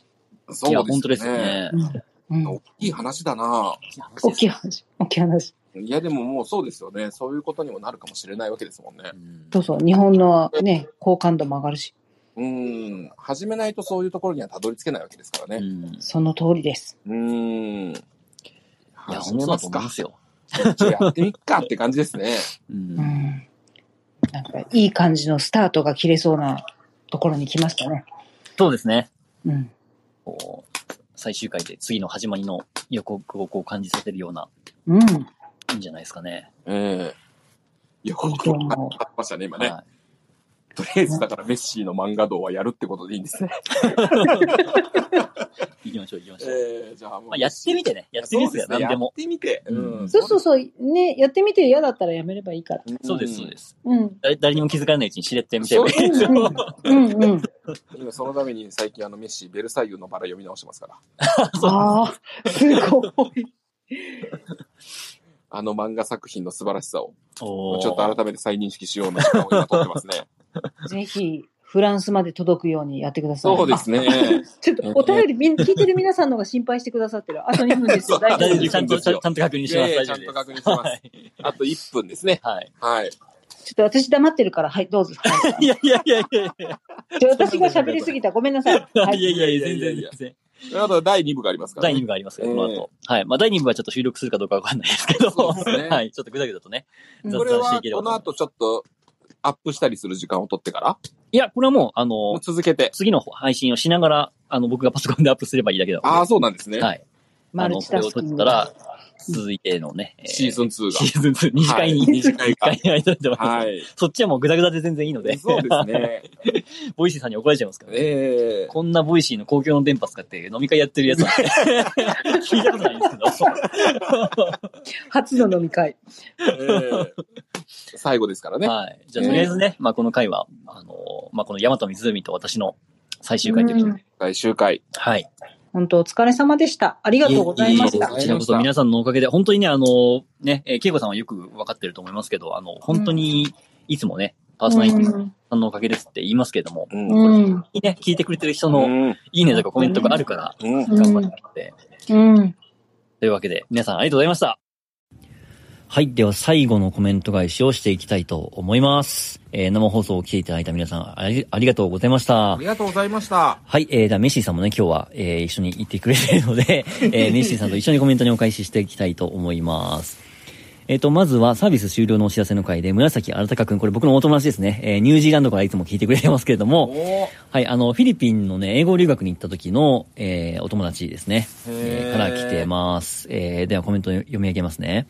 Speaker 2: え
Speaker 1: い
Speaker 2: そ
Speaker 1: や、
Speaker 2: うで
Speaker 1: 本当ですすよ
Speaker 2: ね。
Speaker 1: ね。
Speaker 4: うん。うん
Speaker 2: 大きい話だな。
Speaker 4: 大きい話。大きい話。
Speaker 2: いや、でももうそうですよね。そういうことにもなるかもしれないわけですもんね。
Speaker 1: うん
Speaker 4: そうそう。日本のね、好感度も上がるし。
Speaker 2: うん。始めないとそういうところにはたどり着けないわけですから
Speaker 1: う
Speaker 2: ね。
Speaker 1: んい
Speaker 4: その通りです。
Speaker 2: うん。
Speaker 1: や、
Speaker 2: 始
Speaker 1: 本
Speaker 2: め
Speaker 1: 当だ
Speaker 2: ま
Speaker 1: と
Speaker 2: す
Speaker 1: 思い
Speaker 2: か
Speaker 1: ま。すよ。
Speaker 2: じゃあやってみっかって感じですね。
Speaker 1: う
Speaker 4: うんん。なんか、いい感じのスタートが切れそうなところに来ましたね。
Speaker 1: そうですね。
Speaker 4: うん。
Speaker 1: こう、最終回で次の始まりの予告をこう感じさせるような、
Speaker 4: うん。
Speaker 1: いいんじゃないですかね。
Speaker 2: ええいや、本
Speaker 4: 本
Speaker 2: 当
Speaker 4: 当
Speaker 2: に
Speaker 4: に
Speaker 2: 買ってましたね、今ね。
Speaker 1: は
Speaker 2: とりあえず、だからメッシーの漫画道はやるってことでいいんですね。
Speaker 1: い。行きましょう、行きましょう。
Speaker 2: ええじゃあもう。
Speaker 1: まあ、やってみてね。やってみてですよ、何で
Speaker 2: やっ
Speaker 1: も。
Speaker 2: てみて。うん。
Speaker 4: そうそうそう。ね、やってみて嫌だったらやめればいいから。
Speaker 2: うん。。
Speaker 1: そうです、そうですす。
Speaker 4: うん。
Speaker 1: 誰誰にも気づかないうちにしれっとやめちゃえばいいです
Speaker 4: そう
Speaker 1: よ。
Speaker 4: うん うん。
Speaker 2: 今、そのために最近、あの、メッシー、ベルサイユのバラ読み直してますから。
Speaker 4: ああ、すごい。
Speaker 2: あの漫画作品の素晴らしさを、
Speaker 1: おー
Speaker 2: ちょっと改めて再認識しような時間を今取ってますね。
Speaker 4: ぜひ、フランスまで届くようにやってくださ い。
Speaker 2: そうですね
Speaker 4: あ。。ちょっとお便り、みん聞いてる皆さんの方が心配してくださってる。あと2分ですよ。大丈
Speaker 1: 大
Speaker 4: 夫
Speaker 1: 丈夫
Speaker 4: で す。
Speaker 1: ちゃんと、ちゃんと確認します。大
Speaker 2: いやいや
Speaker 1: 丈夫で
Speaker 2: ちゃん
Speaker 1: す。
Speaker 2: と確認します
Speaker 1: はい
Speaker 2: あと1分ですね。
Speaker 1: はい。
Speaker 2: はい。
Speaker 4: ちょっと私黙ってるから、はい、どうぞ。はい
Speaker 1: いやいやいやいやいや。
Speaker 4: じゃあ私が喋りすぎた。ごめんなさい。はいい。
Speaker 1: やいやいや、全然全然。
Speaker 2: あと、第2部がありますから
Speaker 1: 第
Speaker 2: ね。
Speaker 1: 2部がありますよ、この後。はい。まあ、第2部はちょっと収録するかどうかわかんないですけど、
Speaker 2: そうですね
Speaker 1: はい。ちょっとぐだぐだとね。
Speaker 4: うん
Speaker 2: これ
Speaker 1: 雑談して
Speaker 2: はい
Speaker 1: け、れば
Speaker 2: ことの
Speaker 1: 思います
Speaker 2: 後ちょっと、アップしたりする時間を取ってから、
Speaker 1: いや、これはもう、あ
Speaker 2: もう
Speaker 1: の、
Speaker 2: 続けて。
Speaker 1: 次の配信をしながら、あの、僕がパソコンでアップすればいいだけだもん
Speaker 2: ああ、そうなんですね。
Speaker 1: はい。
Speaker 4: マルチタ
Speaker 1: あの
Speaker 4: ス
Speaker 1: こ
Speaker 4: ク
Speaker 1: れを撮
Speaker 4: ング
Speaker 1: ったら、続いてのね、えー
Speaker 2: シーズン2が。
Speaker 1: シーズン2、二次会に、
Speaker 2: はい二次会が
Speaker 1: 二次会にいただいてます。
Speaker 2: はい。
Speaker 1: そっちはもうグダグダで全然いいので、
Speaker 2: そうですね。
Speaker 1: ボイシーさんに怒られちゃいますからね。
Speaker 2: ええ
Speaker 1: こんなボイシーの公共の電波使って飲み会やってるやつなんで、聞いたことないんですけど。
Speaker 4: 初の飲み会。
Speaker 2: ええ最後ですからね。
Speaker 1: はい。じゃあ、とりあえずね、まあ、この回は、あのーまあ、この山と湖と私の最終回ということで、
Speaker 4: うん
Speaker 2: 最終回。
Speaker 1: はい。
Speaker 4: 本当お疲れ様でした。ありがとうございまし
Speaker 1: え
Speaker 4: た
Speaker 1: え。こちらこそ皆さんのおかげで、本当にね、あの、ね、えー、恵子さんはよくわかってると思いますけど、あの、本当に、いつもね、パーソナリティさ
Speaker 4: うん
Speaker 1: のおかげですって言いますけれども、
Speaker 2: う。
Speaker 4: うんん。
Speaker 1: いいね、聞いてくれてる人
Speaker 2: う
Speaker 1: の、
Speaker 2: ん。
Speaker 1: いいねとかコメントがあるから、
Speaker 2: うん。
Speaker 1: 頑張ってもらって。
Speaker 4: うん。
Speaker 1: というわけで、皆さんありがとうございました。はい。では、最後のコメント返しをしていきたいと思います。えー生放送を聞いていただいた皆さん、ありありがとうございました
Speaker 2: あり。がとうございました。
Speaker 1: はい。えー、じゃあ、メッシーさんもね、今日は、えー一緒に行ってくれてるので、 えー、メッシーさんと一緒にコメントにお返ししていきたいと思います。えっ、と、まずはサービス終了のお知らせの回で、紫新高くん、これ僕のお友達ですね。えーニュージーランドからいつも聞いてくれてますけれども、
Speaker 2: おー
Speaker 1: はい、あの、フィリピンのね、英語留学に行った時の、えーお友達ですね。えー
Speaker 2: へー
Speaker 1: から来てます。えーではコメントを読み上げますね。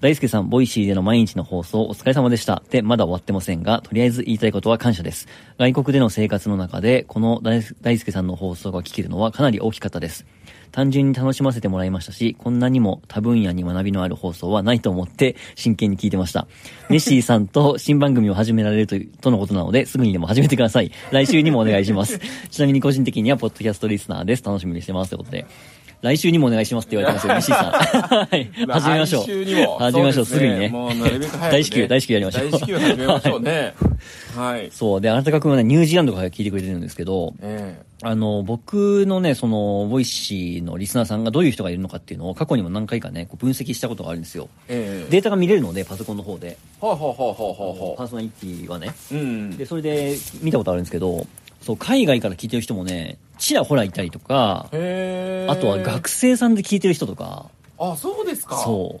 Speaker 1: 大輔さん、ボイシーでの毎日の放送お疲れ様でした。で、まだ終わってませんが、とりあえず言いたいことは感謝です。外国での生活の中で、この大大輔さんの放送が聞けるのはかなり大きかったです。単純に楽しませてもらいましたし、こんなにも多分野に学びのある放送はないと思って真剣に聞いてました。メッシーさんと新番組を始められるという、とのことなので、すぐにでも始めてください。来週にもお願いします。 ちなみに個人的には、ポッドキャストリスナーです。楽しみにしてます。ということで。来週にもお願いしますって言われてますよ、メッ シーさん。はい。始めましょう。
Speaker 2: 来週にも
Speaker 1: 始めましょう
Speaker 2: そです
Speaker 1: ぐにね
Speaker 2: もうなるべく早く、ね。
Speaker 1: 大至急大至急やりましょう
Speaker 2: 大至急始めましょうね。はい。
Speaker 1: そう。で、あなたかくんはね、ニュージーランドから聞いてくれてるんですけど、
Speaker 2: え
Speaker 1: あの、僕のね、その、ボイシーのリスナーさんがどういう人がいるのかっていうのを過去にも何回かね、こう分析したことがあるんですよ。
Speaker 2: えええ
Speaker 1: データが見れるので、パソコンの方で。
Speaker 2: ほうほうほうほうほうほ
Speaker 1: パーソナリティはね。
Speaker 2: う。うん。
Speaker 1: で、それで見たことあるんですけど、そう、海外から聞いてる人もね、ちらほらいたりとか、
Speaker 2: へー
Speaker 1: あとは学生さんで聞いてる人とか、
Speaker 2: あ、そうですか。
Speaker 1: そう。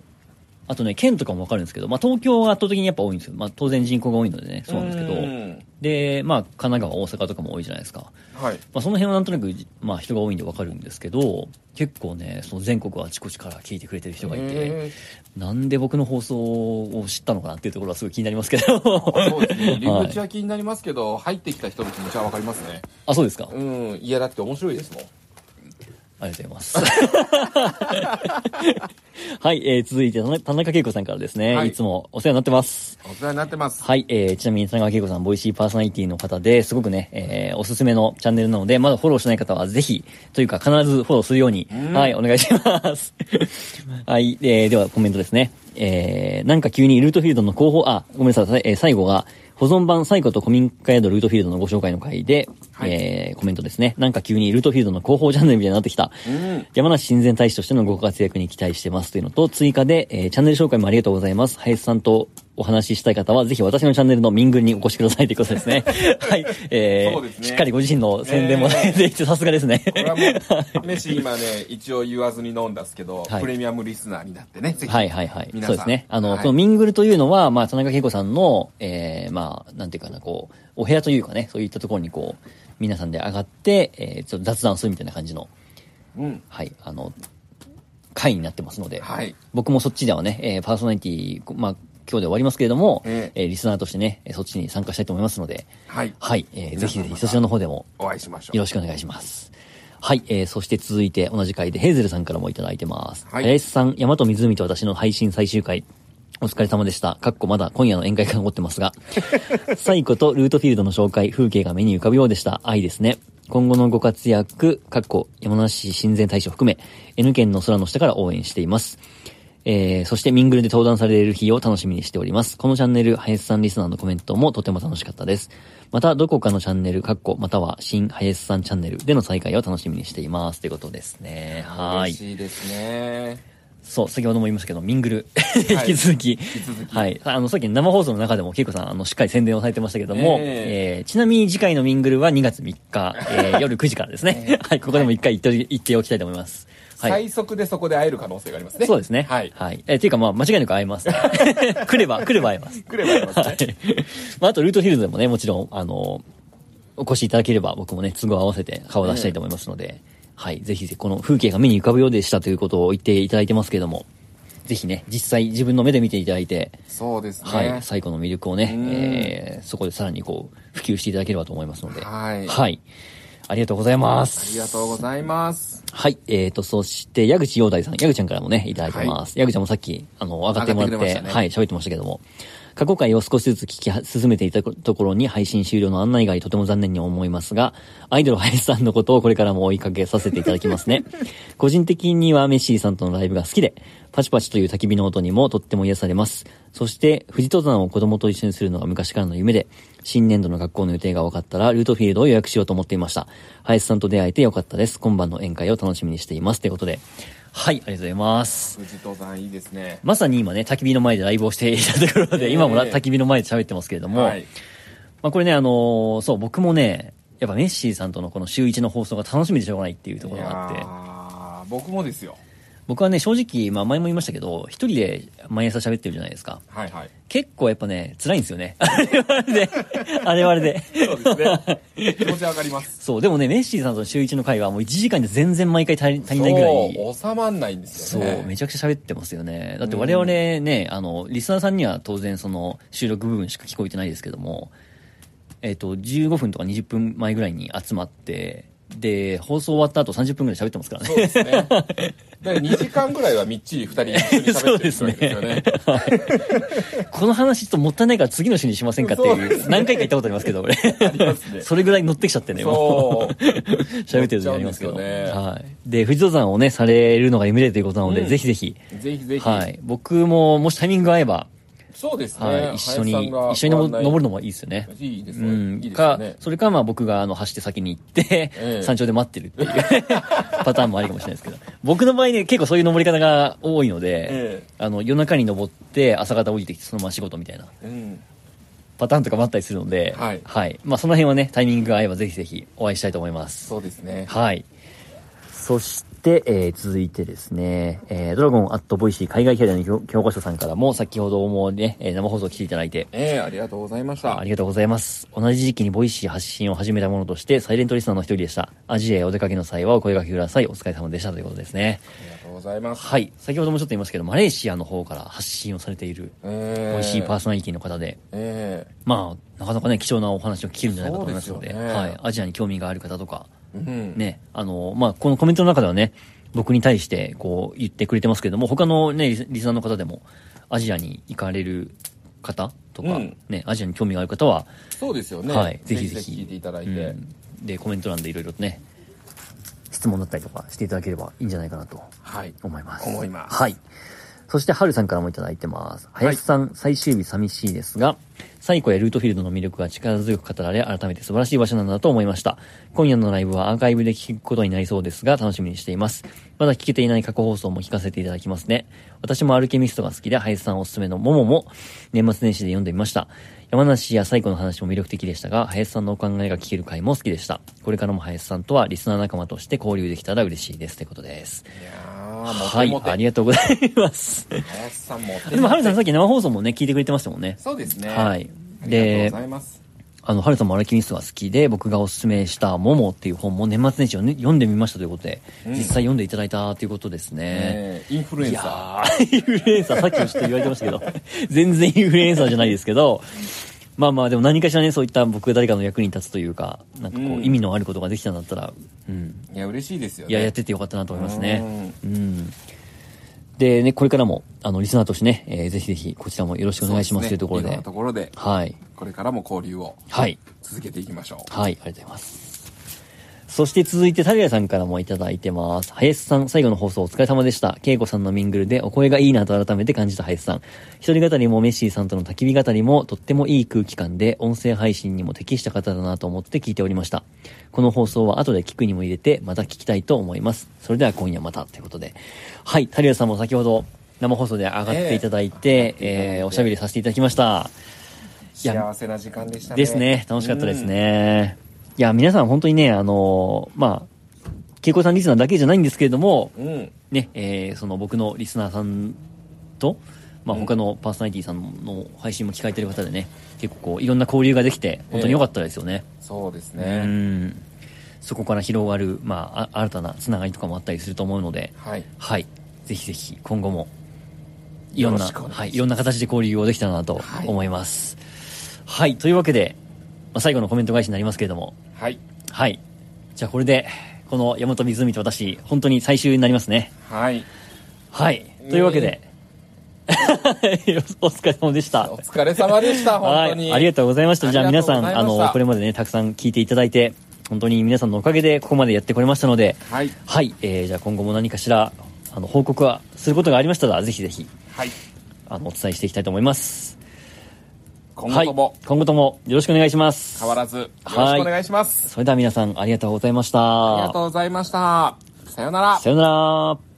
Speaker 1: あとね、県とかもわかるんですけど、まあ東京が圧倒的にやっぱ多いんですよ。まあ当然人口が多いのでね、そうなんですけど。
Speaker 2: ん
Speaker 1: で、まあ神奈川、大阪とかも多いじゃないですか。
Speaker 2: はい。
Speaker 1: まあその辺はなんとなく、まあ人が多いんでわかるんですけど、結構ね、その全国あちこちから聞いてくれてる人がいて、
Speaker 2: へ
Speaker 1: なんで僕の放送を知ったのかなっていうところはすごい気になりますけど。
Speaker 2: ーそうですね。 入り口は気になりますけど、入ってきた人の気持ちはわかりますね。
Speaker 1: あ、そうですか。
Speaker 2: うん。いや、だって面白いですもん。
Speaker 1: ありがとうござい ます。はい、えー続いて田中、田中恵子さんからですね、
Speaker 2: はい
Speaker 1: い、つもお世話になってます。
Speaker 2: お世話になってます。
Speaker 1: はい、えーちなみに田中恵子さん、ボイシーパーソナリティの方ですごくね、えーおすすめのチャンネルなので、まだフォローしない方はぜひ、というか必ずフォローするように、はい、お願いし ます。はい、えーではコメントですね。えーなんか急にルートフィールドの候補、あ、ごめんなさい、えー最後が、保存版最古と古民家宿ルートフィールドのご紹介の回で、
Speaker 2: はい
Speaker 1: えーコメントですね。なんか急にルートフィールドの広報チャンネルみたいになってきた。
Speaker 2: うん。
Speaker 1: 山梨親善大使としてのご活躍に期待してますというのと、追加で、えーチャンネル紹介もありがとうございます。林さんとお話ししたい方は、ぜひ私のチャンネルのミングルにお越しくださいということですね。 はい。え
Speaker 2: そう
Speaker 1: ー
Speaker 2: ですね
Speaker 1: しっかりご自身の宣伝もされていて、さすがですね。
Speaker 2: これはもう、飯今ね、一応言わずに飲んだんですけど、
Speaker 1: はい
Speaker 2: プレミアムリスナーになってね、ぜひ。
Speaker 1: はいはいはい。
Speaker 2: 皆
Speaker 1: そ
Speaker 2: さ
Speaker 1: うんですね。あの、
Speaker 2: はい
Speaker 1: このミングルというのは、まあ、田中恵子さんの、えー、まあ、なんていうかな、こう、お部屋というかね、そういったところにこう、皆さんで上がって、えー、ちょっと雑談するみたいな感じの、
Speaker 2: うん。
Speaker 1: はい、あの、会になってますので、
Speaker 2: はい。
Speaker 1: 僕もそっちではね、えーパーソナリティ、まあ、今日で終わりますけれども、
Speaker 2: え
Speaker 1: えーリスナーとしてね、えーそっちに参加したいと思いますので、
Speaker 2: はい。
Speaker 1: はい、えーぜひぜひ
Speaker 2: また
Speaker 1: そちらの方でも
Speaker 2: お会いしましょう。
Speaker 1: よろしくお願いします。はい、えーそして続いて同じ回でヘーゼルさんからもいただいてます。
Speaker 2: はい
Speaker 1: 林さん、山と湖と私の配信最終回。お疲れ様でした。かっこまだ今夜の宴会が残ってますが。サイコとルートフィールドの紹介、風景が目に浮かぶようでした。愛ですね。今後のご活躍、かっこ山梨親善大使を含め、N 県の空の下から応援しています。えー、そしてミングルで登壇される日を楽しみにしております。このチャンネル、林さんリスナーのコメントもとても楽しかったです。また、どこかのチャンネル、カッコ、または新林さんチャンネルでの再会を楽しみにしています。ということですね。は
Speaker 2: 嬉
Speaker 1: い。
Speaker 2: しいですね。
Speaker 1: そう、先ほども言いましたけど、ミングル、引き続き、
Speaker 2: 引き続き。
Speaker 1: はい。あの、さっき生放送の中でも、ケイコさん、あの、しっかり宣伝をされてましたけども、え
Speaker 2: え
Speaker 1: ーちなみに次回のミングルは2月3日、え ー夜9時からですね。はい、ここでも一回言っており言っておきたいと思います。はい。
Speaker 2: 最速でそこで会える可能性がありますね。
Speaker 1: そうですね。
Speaker 2: はい。
Speaker 1: はい。えーっていうか、まあ、間違いなく会え ます。来れば、来れば会えます。
Speaker 2: 来れば会えます
Speaker 1: は
Speaker 2: ね。
Speaker 1: い。まあ、あと、ルートヒルズでもね、もちろん、あの、お越しいただければ、僕もね、都合合わせて顔を出したいと思いますので、はい。ぜひぜひ、この風景が目に浮かぶようでしたということを言っていただいてますけども、ぜひね、実際自分の目で見ていただいて、
Speaker 2: そうですね。
Speaker 1: はい、最古の魅力をね、
Speaker 2: うん
Speaker 1: えーそこでさらにこう、普及していただければと思いますので。は。
Speaker 2: はいい。
Speaker 1: ありがとうございます。
Speaker 2: ありがとうございます。
Speaker 1: はい。えーと、そして、矢口陽大さん、矢口ちゃんからもね、いただいてます。矢口ちゃんもさっき、あの、上がってもらって、
Speaker 2: 上がってくれましたね
Speaker 1: はい、喋ってましたけども。過去回を少しずつ聞き進めていたところに配信終了の案内がありとても残念に思いますが、アイドル林さんのことをこれからも追いかけさせていただきますね。個人的にはメッシーさんとのライブが好きで、パチパチという焚き火の音にもとっても癒されます。そして、富士登山を子供と一緒にするのが昔からの夢で、新年度の学校の予定が分かったら、ルートフィールドを予約しようと思っていました。林さんと出会えてよかったです。今晩の宴会を楽しみにしています。ということで。はい、ありがとうございます。
Speaker 2: 富士登山いいですね。
Speaker 1: まさに今ね、焚き火の前でライブをしていたところで、
Speaker 2: ええ
Speaker 1: 今も焚き火の前で喋ってますけれども、
Speaker 2: はい。
Speaker 1: まあこれね、あのーそう、僕もね、やっぱメッシーさんとのこの週一の放送が楽しみでしょうがないっていうところがあって、
Speaker 2: あって。僕もですよ。
Speaker 1: 僕はね、正直、まあ前も言いましたけど、一人で毎朝喋ってるじゃないですか。
Speaker 2: はいはい。
Speaker 1: 結構やっぱね、辛いんですよね。 あれはあれで。あれはあれで。
Speaker 2: そうですね。 気持ち上がります。
Speaker 1: そう、でもね、メッシーさんとの週一の会はもう1時間で全然毎回足り足りないぐらい。
Speaker 2: そう収まんないんです
Speaker 1: そう、
Speaker 2: よね。
Speaker 1: めちゃくちゃ喋ってますよね。だって我々ね、あの、リスナーさんには当然その収録部分しか聞こえてないですけども、えっ、と、15分とか20分前ぐらいに集まって、で、放送終わった後30分ぐらい喋ってますからね。
Speaker 2: そうで すね。だから2時間ぐらいはみっちり2人一緒に喋ってるわけですよね。
Speaker 1: この話ちょっともったいないから次の週にしませんかって
Speaker 2: そう
Speaker 1: い
Speaker 2: で
Speaker 1: う、
Speaker 2: すね
Speaker 1: 何回か言ったことありますけど、俺。
Speaker 2: ありますね。
Speaker 1: それぐらい乗ってきちゃってね、もう。
Speaker 2: そう。
Speaker 1: 喋ってる時ありますけど。
Speaker 2: 乗っちゃうんですよね
Speaker 1: はい。で、富士登山をね、されるのが夢でということなので、
Speaker 2: うん
Speaker 1: ぜひぜひ。
Speaker 2: ぜひぜひ。
Speaker 1: はい。僕も、もしタイミングが合えば、
Speaker 2: そうですね。
Speaker 1: はい、一緒に、一緒に登登るのもいいですよね。
Speaker 2: の。いいです
Speaker 1: う
Speaker 2: ね。
Speaker 1: ん。
Speaker 2: いいですよ
Speaker 1: か
Speaker 2: ね、。
Speaker 1: それか、まあ僕が、あの、走って先に行って、
Speaker 2: ええ
Speaker 1: 山頂で待ってるっていう パターンもありかもしれないですけど。僕の場合ね、結構そういう登り方が多いので、
Speaker 2: え
Speaker 1: あの、夜中に登って、朝方降りてきて、そのまま仕事みたいな
Speaker 2: え。うん。
Speaker 1: パターンとかもあったりするので、
Speaker 2: はい
Speaker 1: まあその辺はね、タイミングが合えばぜひぜひお会いしたいと思います。
Speaker 2: そうですね。
Speaker 1: はい。そして、えー続いてですね、えードラゴンアットボイシー海外キャリアの教教科書さんからも、先ほどもね、えー生放送来ていただいて、
Speaker 2: ええ、ありがとうございまし
Speaker 1: あ
Speaker 2: た
Speaker 1: り。がとうございます。同じ時期にボイシー発信を始めたものとして、サイレントリスナーの一人でした。アジアへお出かけの際はお声掛けください。お疲れ様でしたということですね。
Speaker 2: ありがとうございます。
Speaker 1: はい。先ほどもちょっと言いましたけど、マレーシアの方から発信をされている、
Speaker 2: え
Speaker 1: ボイシーパー
Speaker 2: ス。
Speaker 1: ソナリティの方で、
Speaker 2: え
Speaker 1: まあ、なかなかね、貴重なお話を聞けるんじゃないかと思いますので、
Speaker 2: そうですよね
Speaker 1: はい。アジアに興味がある方とか、
Speaker 2: え。うん。
Speaker 1: ね、あの、まあ、このコメントの中ではね、僕に対してこう言ってくれてますけれども、他のね、リスリスナーの方でも、アジアに行かれる方とか、
Speaker 2: うん
Speaker 1: ね、アジアに興味がある方は、
Speaker 2: そうですよね。
Speaker 1: はい、ぜひぜ
Speaker 2: 聞いて
Speaker 1: ひ
Speaker 2: いただいて。
Speaker 1: うんで、コメント欄でいろいろとね、質問だったりとかしていただければいいんじゃないかなと
Speaker 2: はい。
Speaker 1: 思います。
Speaker 2: 思います
Speaker 1: はい。そして、はるさんからもいただいてます。林さん、最終日寂しいですが、最古やルートフィールドの魅力が力強く語られ、改めて素晴らしい場所なんだと思いました。今夜のライブはアーカイブで聞くことになりそうですが、楽しみにしています。まだ聞けていない過去放送も聞かせていただきますね。私もアルケミストが好きで、林さんおすすめのモモも年末年始で読んでみました。山梨や最古の話も魅力的でしたが、林さんのお考えが聞ける回も好きでした。これからも林さんとはリスナー仲間として交流できたら嬉しいです。ということです。
Speaker 2: いや
Speaker 1: は
Speaker 2: ー、モ
Speaker 1: い、
Speaker 2: テ
Speaker 1: あ
Speaker 2: モ
Speaker 1: り
Speaker 2: テ。
Speaker 1: がとうござい ます。
Speaker 2: 林さんモテモテ
Speaker 1: でも、はるさんさっき生放送もね、聞いてくれてましたもんね。
Speaker 2: そうですね。
Speaker 1: はい。
Speaker 2: ありがと
Speaker 1: で
Speaker 2: うご、ざいます。
Speaker 1: あの、はるさんもアルキミストが好きで、僕がおすすめした、モモっていう本も年末年始を、ね、読んでみましたということで、
Speaker 2: うん
Speaker 1: 実際読んでいただいたということですね。
Speaker 2: ええインフルエ
Speaker 1: い
Speaker 2: ン
Speaker 1: や
Speaker 2: サ
Speaker 1: ー、インフルエンサー、さっきもちょっと言われてましたけど、全然インフルエンサーじゃないですけど、まあまあ、でも何かしらね、そういった僕が誰かの役に立つというか、なんかこう、
Speaker 2: うん
Speaker 1: 意味のあることができたんだったら、うん。
Speaker 2: ー。いや、嬉しいですよね。
Speaker 1: いや、やっててよかったなと思いますね。うん。でね、これからも、あの、リスナーとしてね、えーぜひぜひ、こちらもよろしくお願いしますというところで。
Speaker 2: そうすねいろんなところで、
Speaker 1: はい。
Speaker 2: これからも交流を
Speaker 1: はい。
Speaker 2: 続けていきましょう。
Speaker 1: はい、ありがとうございます。そして続いて、タリアさんからもいただいてます。林さん、最後の放送お疲れ様でした。恵子さんのミングルでお声がいいなと改めて感じた林さん。一人語りもメッシーさんとの焚き火語りもとってもいい空気感で、音声配信にも適した方だなと思って聞いておりました。この放送は後で聞くにも入れて、また聞きたいと思います。それでは今夜またということで。はい、タリアさんも先ほど生放送で上がっていただいて、
Speaker 2: ええ
Speaker 1: えーおしゃべりさせていただきました。いや
Speaker 2: 幸せな時間でしたね。
Speaker 1: ですね。楽しかったですね。いや、皆さん本当にね、あのーまあ、恵子さんリスナーだけじゃないんですけれども、
Speaker 2: うん。うん。
Speaker 1: ね、えーその僕のリスナーさんと、まあ、
Speaker 2: うん
Speaker 1: 他のパーソナリティさんの配信も聞かれてる方でね、結構こう、いろんな交流ができて、本当に良かったですよね。
Speaker 2: そうです
Speaker 1: う
Speaker 2: ね。
Speaker 1: ん。そこから広がる、まあ、あ新たなつながりとかもあったりすると思うので、
Speaker 2: はい。
Speaker 1: はい。ぜひぜひ、今後も、いろん
Speaker 2: よろ
Speaker 1: な、
Speaker 2: しくお願いします
Speaker 1: はい、いろんな形で交流をできたらなと
Speaker 2: はい
Speaker 1: 思います。はい、というわけで、まあ、最後のコメント返しになりますけれども、
Speaker 2: はい。
Speaker 1: はい。じゃあこれで、この山本湖と私、本当に最終になりますね。
Speaker 2: はい。
Speaker 1: はい。というわけで、 お疲れ様でした。
Speaker 2: お疲れ様でした、
Speaker 1: は
Speaker 2: 本当
Speaker 1: い。
Speaker 2: に。
Speaker 1: ありがとうございました。じゃあ
Speaker 2: あり
Speaker 1: 皆
Speaker 2: がとう
Speaker 1: さ
Speaker 2: ございま
Speaker 1: ん、
Speaker 2: した
Speaker 1: あの、これまでね、たくさん聞いていただいて、本当に皆さんのおかげでここまでやってこれましたので、
Speaker 2: はい。
Speaker 1: はい、えー、じゃあ今後も何かしら、あの、報告はすることがありましたら、ぜひぜひ、
Speaker 2: はい。
Speaker 1: あの、お伝えしていきたいと思います。
Speaker 2: 今後とも
Speaker 1: はい、今後ともよろしくお願いします。
Speaker 2: 変わらず、よろしくお願いします。
Speaker 1: それでは皆さん、ありがとうございまし
Speaker 2: あり
Speaker 1: た
Speaker 2: がと。うございました。さようなら。
Speaker 1: さよなら。